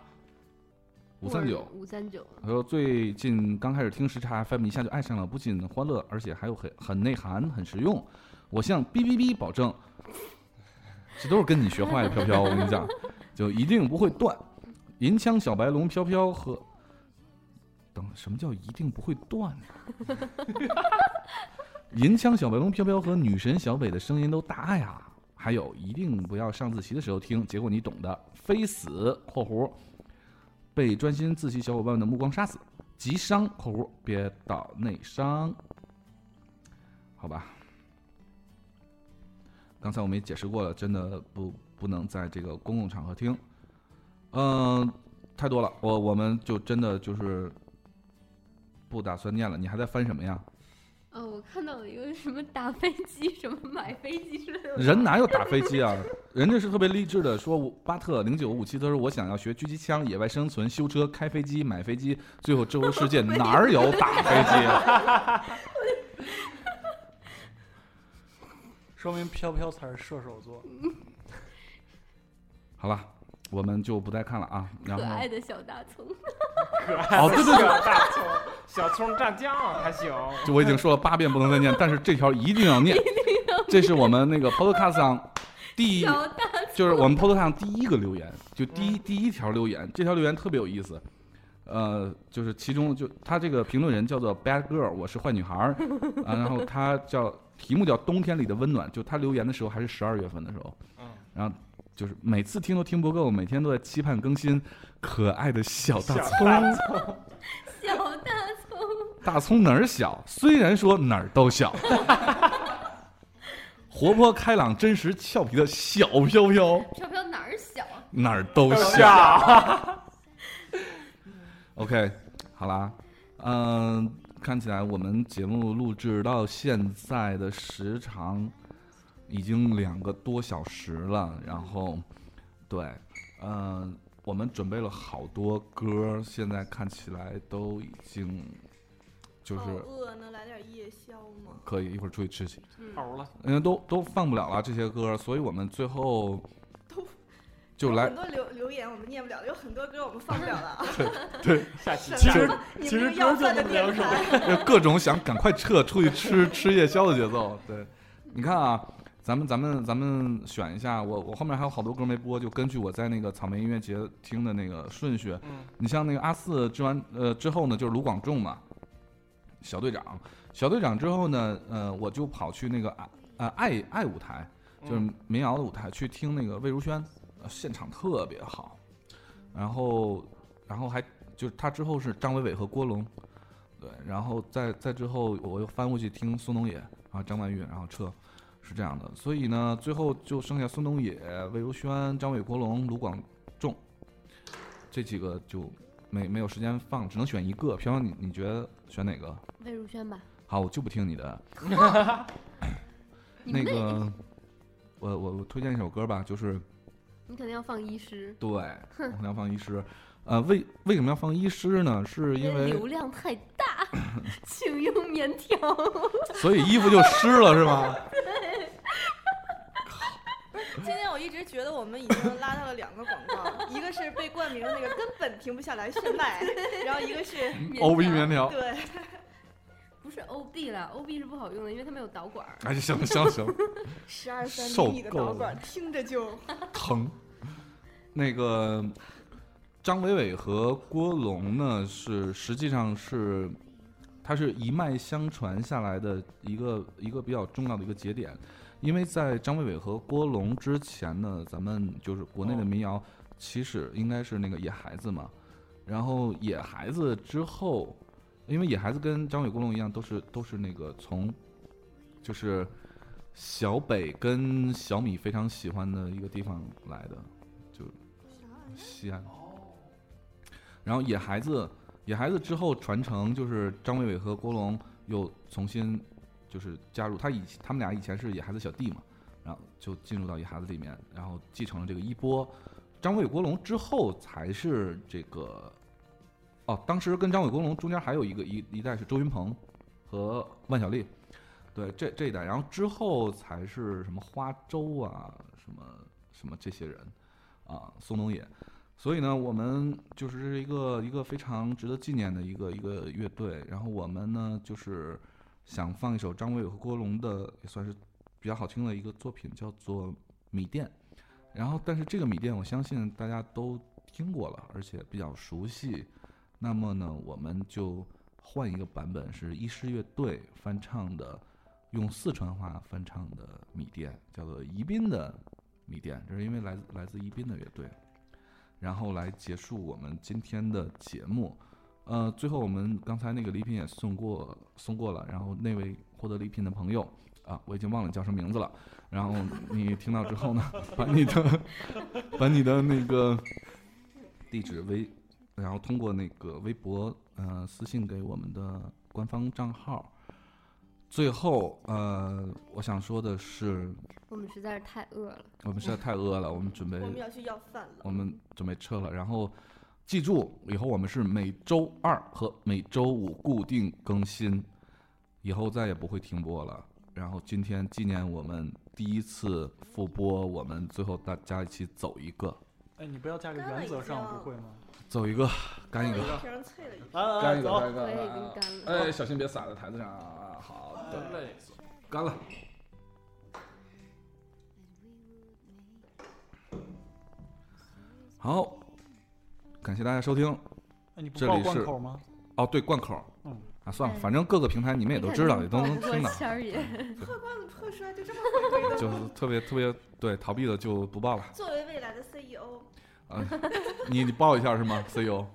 [SPEAKER 1] 五三九。
[SPEAKER 6] 五三九，
[SPEAKER 1] 他说最近刚开始听时差 FM，一下就爱上了，不仅欢乐，而且还有很很内涵，很实用。我向哔哔哔保证，这都是跟你学坏的飘飘，我跟你讲，就一定不会断。银枪小白龙飘飘和，等什么叫一定不会断呢？ 银枪小白龙飘飘和女神小北的声音都大呀，还有一定不要上自习的时候听，结果你懂的，非死（括弧）。被专心自习小伙伴们的目光杀死，急伤（括弧别到内伤）。好吧，刚才我们也解释过了，真的不不能在这个公共场合听。嗯、太多了，我我们就真的就是不打算念了。你还在翻什么呀？
[SPEAKER 6] 哦，我看到有一个什么打飞机、什么买飞机之类 的，
[SPEAKER 1] 人哪有打飞机啊？人家是特别励志的，说我巴特零九五七，他说我想要学狙击枪、野外生存、修车、开飞机、买飞机，最后周游世界，哪儿有打飞机啊？
[SPEAKER 3] 说明飘飘才是射手座。
[SPEAKER 1] 好了，我们就不再看了啊。然
[SPEAKER 6] 可
[SPEAKER 1] 后，
[SPEAKER 6] 爱的小大葱，
[SPEAKER 5] 可爱
[SPEAKER 1] 哦对对对
[SPEAKER 5] 小大葱，小葱蘸酱还行。
[SPEAKER 1] 就我已经说了八遍不能再念，但是这条 一定要念。这是我们那个 Podcast 上第一，
[SPEAKER 6] 小大
[SPEAKER 1] 就是我们 Podcast 上第一个留言，就第一第一条留言。这条留言特别有意思，呃，就是其中就他这个评论人叫做 Bad Girl，我是坏女孩儿 啊，然后他叫题目叫《冬天里的温暖》，就他留言的时候还是十二月份的时候，
[SPEAKER 5] 嗯，
[SPEAKER 1] 然后就是每次听都听不够，每天都在期盼更新。可爱的小大
[SPEAKER 5] 小
[SPEAKER 1] 葱，
[SPEAKER 6] 小大葱，
[SPEAKER 1] 大葱哪儿小？虽然说哪儿都 小，活泼开朗、真实俏皮的小飘飘，
[SPEAKER 6] 飘飘哪儿小？啊
[SPEAKER 1] 哪儿都小。
[SPEAKER 5] 下
[SPEAKER 1] OK，好啦，嗯、看起来我们节目录制到现在的时长已经两个多小时了，然后，对，嗯、我们准备了好多歌，现在看起来都已经就是
[SPEAKER 2] 好饿，能来点夜宵吗？
[SPEAKER 1] 可以一会儿出去吃去，
[SPEAKER 6] 嗯，
[SPEAKER 5] 头了，
[SPEAKER 1] 因为都都放不了了这些歌，所以我们最后就来
[SPEAKER 2] 有很多留留言我们念不了，有很多歌我们放不了了 啊。
[SPEAKER 5] 下期
[SPEAKER 2] 什
[SPEAKER 5] 见。
[SPEAKER 2] 么
[SPEAKER 1] 其实
[SPEAKER 2] 你们
[SPEAKER 3] 其实
[SPEAKER 2] 这要
[SPEAKER 3] 歌就
[SPEAKER 2] 饭的
[SPEAKER 3] 那么
[SPEAKER 2] 电
[SPEAKER 3] 两首
[SPEAKER 2] 台，
[SPEAKER 1] 有各种想赶快撤出去吃吃夜宵的节奏。对，你看啊，咱们咱们咱们选一下，我我后面还有好多歌没播，就根据我在那个草莓音乐节听的那个顺序，
[SPEAKER 5] 嗯，
[SPEAKER 1] 你像那个阿四之完呃之后呢，就是卢广仲嘛，小队长，小队长之后呢，呃，我就跑去那个啊呃爱爱舞台，就是民谣的舞台去听那个魏如萱，呃现场特别好，然后然后还就是他之后是张伟伟和郭龙，对，然后再再之后我又翻过去听孙东野啊张曼玉，然后撤。是这样的，所以呢，最后就剩下孙东野、魏如萱、张伟、国龙、卢广仲这几个就没没有时间放，只能选一个。飘飘，你你觉得选哪个？
[SPEAKER 6] 魏如萱吧，
[SPEAKER 1] 好，我就不听你的。
[SPEAKER 6] 你
[SPEAKER 1] 那
[SPEAKER 6] 妹
[SPEAKER 1] 个，我我我推荐一首歌吧，就是
[SPEAKER 6] 你肯定要放医师，
[SPEAKER 1] 对，我们要放医师。呃，为为什么要放医师呢？是因为
[SPEAKER 6] 流量太大， 请用棉条。
[SPEAKER 1] 所以衣服就湿了是吗？
[SPEAKER 2] 今天我一直觉得我们已经拉到了两个广告，一个是被冠名的那个根本停不下来炫迈，然后一个 是
[SPEAKER 1] O B 棉条。
[SPEAKER 2] 对
[SPEAKER 6] 不是 OB 了，OB 是不好用的，因为它没有导管儿。
[SPEAKER 1] 哎，行行行，
[SPEAKER 2] 十二三
[SPEAKER 1] 受
[SPEAKER 2] 厘米的
[SPEAKER 1] 够
[SPEAKER 2] 导
[SPEAKER 1] 了
[SPEAKER 2] 管，听 着就
[SPEAKER 1] 疼。那个张伟伟和郭龙呢，是实际上是他是一脉相传下来的一个一个比较重要的一个节点，因为在张伟伟和郭龙之前呢，咱们就是国内的民谣起始应该是那个野孩子嘛，然后野孩子之后，因为野孩子跟张伟郭龙一样，都是都是那个从就是。小北跟小米非常喜欢的一个地方来的，就西安。然后野孩子，野孩子之后传承就是张伟伟和郭龙又重新就是加入他以他们俩以前是野孩子小弟嘛，然后就进入到野孩子里面，然后继承了这个衣钵。张伟郭龙之后才是这个，哦，当时跟张伟郭龙中间还有一个一一代是周云鹏和万晓利，对这这一代，然后之后才是什么花粥啊，什么什么这些人啊，宋冬野。所以呢，我们就是这是一个一个非常值得纪念的一个一个乐队。然后我们呢，就是想放一首张伟和郭龙的，也算是比较好听的一个作品，叫做《米店》。然后，但是这个《米店》，我相信大家都听过了，而且比较熟悉。那么呢，我们就换一个版本，是医师乐队翻唱的，用四川话翻唱的《米店》，叫做宜宾的米店，这是因为来自来自宜宾的乐队。然后来结束我们今天的节目。呃，最后我们刚才那个礼品也送过送过了，然后那位获得礼品的朋友啊，我已经忘了叫什么名字了。然后你听到之后呢，把你的 把你的那个地址微，然后通过那个微博呃私信给我们的官方账号。最后呃，我想说的是，
[SPEAKER 6] 我们实在是太饿了，
[SPEAKER 1] 我们实在太饿了，我们准备
[SPEAKER 2] 我们要去要饭了。
[SPEAKER 1] 我们准备撤了。然后记住，以后我们是每周二和每周五固定更新，以后再也不会停播了。然后今天纪念我们第一次复播，我们最后大家一起走一个，
[SPEAKER 3] 哎，你不要加个
[SPEAKER 2] 干了
[SPEAKER 3] 原
[SPEAKER 2] 已
[SPEAKER 3] 则上
[SPEAKER 2] 经
[SPEAKER 3] 不会吗？
[SPEAKER 1] 走一个，干一
[SPEAKER 2] 了
[SPEAKER 1] 个，
[SPEAKER 2] 一瓶，脆了一瓶。
[SPEAKER 3] 来来来，哎走，
[SPEAKER 1] 一
[SPEAKER 6] 我也已经干了。
[SPEAKER 1] 哎，小心别洒在台子上啊！好的，
[SPEAKER 5] 累。
[SPEAKER 1] 干了。好，感谢大家收听。
[SPEAKER 3] 哎你不
[SPEAKER 1] 这
[SPEAKER 3] 报
[SPEAKER 1] 里是
[SPEAKER 3] 关口吗？
[SPEAKER 1] 哦，对，贯口。
[SPEAKER 3] 嗯，
[SPEAKER 1] 啊，算了，
[SPEAKER 6] 嗯
[SPEAKER 1] 反正各个平台你们也都知道，也都能听到，
[SPEAKER 6] 谦儿爷，
[SPEAKER 2] 破摔就这么回归
[SPEAKER 4] 嗯
[SPEAKER 2] 的。
[SPEAKER 1] 就是特别特别对逃避的就不报了。
[SPEAKER 2] 作为未来的 E CEO，
[SPEAKER 1] 啊，你你报一下是吗？CEO，E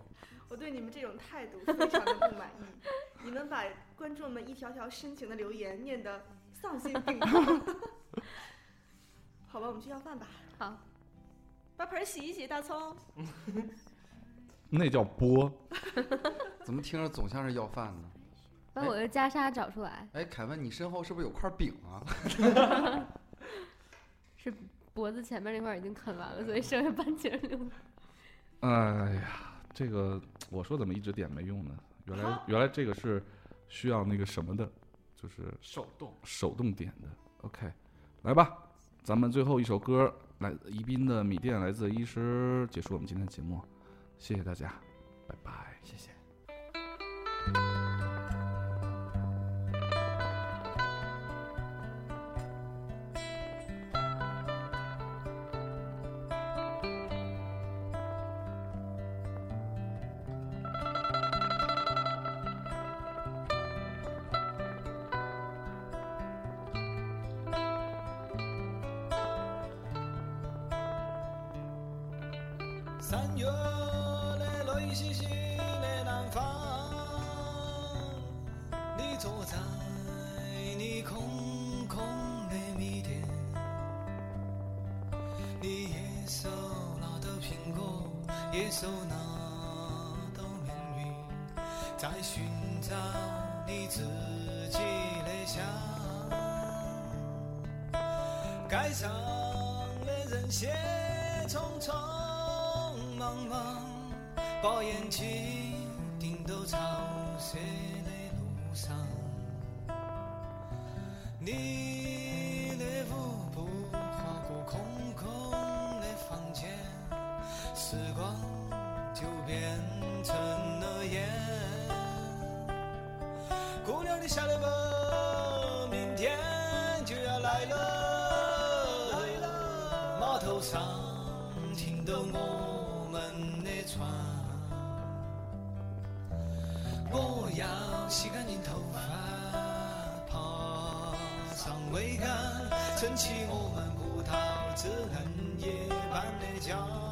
[SPEAKER 2] 我对你们这种态度非常的不满意。你们把观众们一条条深情的留言念得丧心病狂。 好吧，我们去要饭吧。
[SPEAKER 6] 好，
[SPEAKER 2] 把盆儿洗一洗，大葱。
[SPEAKER 1] 那叫播。
[SPEAKER 4] 怎么听着总像是要饭呢？
[SPEAKER 6] 把我的袈裟找出来，
[SPEAKER 4] 哎，凯文，你身后是不是有块饼啊？
[SPEAKER 6] 是脖子前面那块儿已经啃完了，所以剩下半截儿留着。
[SPEAKER 1] 哎呀，这个我说怎么一直点没用呢？原来原来这个是需要那个什么的，就是
[SPEAKER 4] 手动。
[SPEAKER 1] 手动点的。OK，来吧，咱们最后一首歌来宜宾的米店，来自医师，结束我们今天的节目，谢谢大家，拜拜。
[SPEAKER 4] 谢谢。
[SPEAKER 9] 三月的泪淅淅的南方，你坐在你空空的米店，你也手拿着苹果，也手拿着命运，在寻找你自己的家。街上的人些匆匆忙忙，把眼睛盯到潮湿的路上。你的舞步划过空空的房间，时光就变成了烟。姑娘，你晓得不？明天就要来了，来了。码头上停着我们的船，我要洗干净头发，爬上桅杆，撑起我们葡萄枝嫩叶般的家。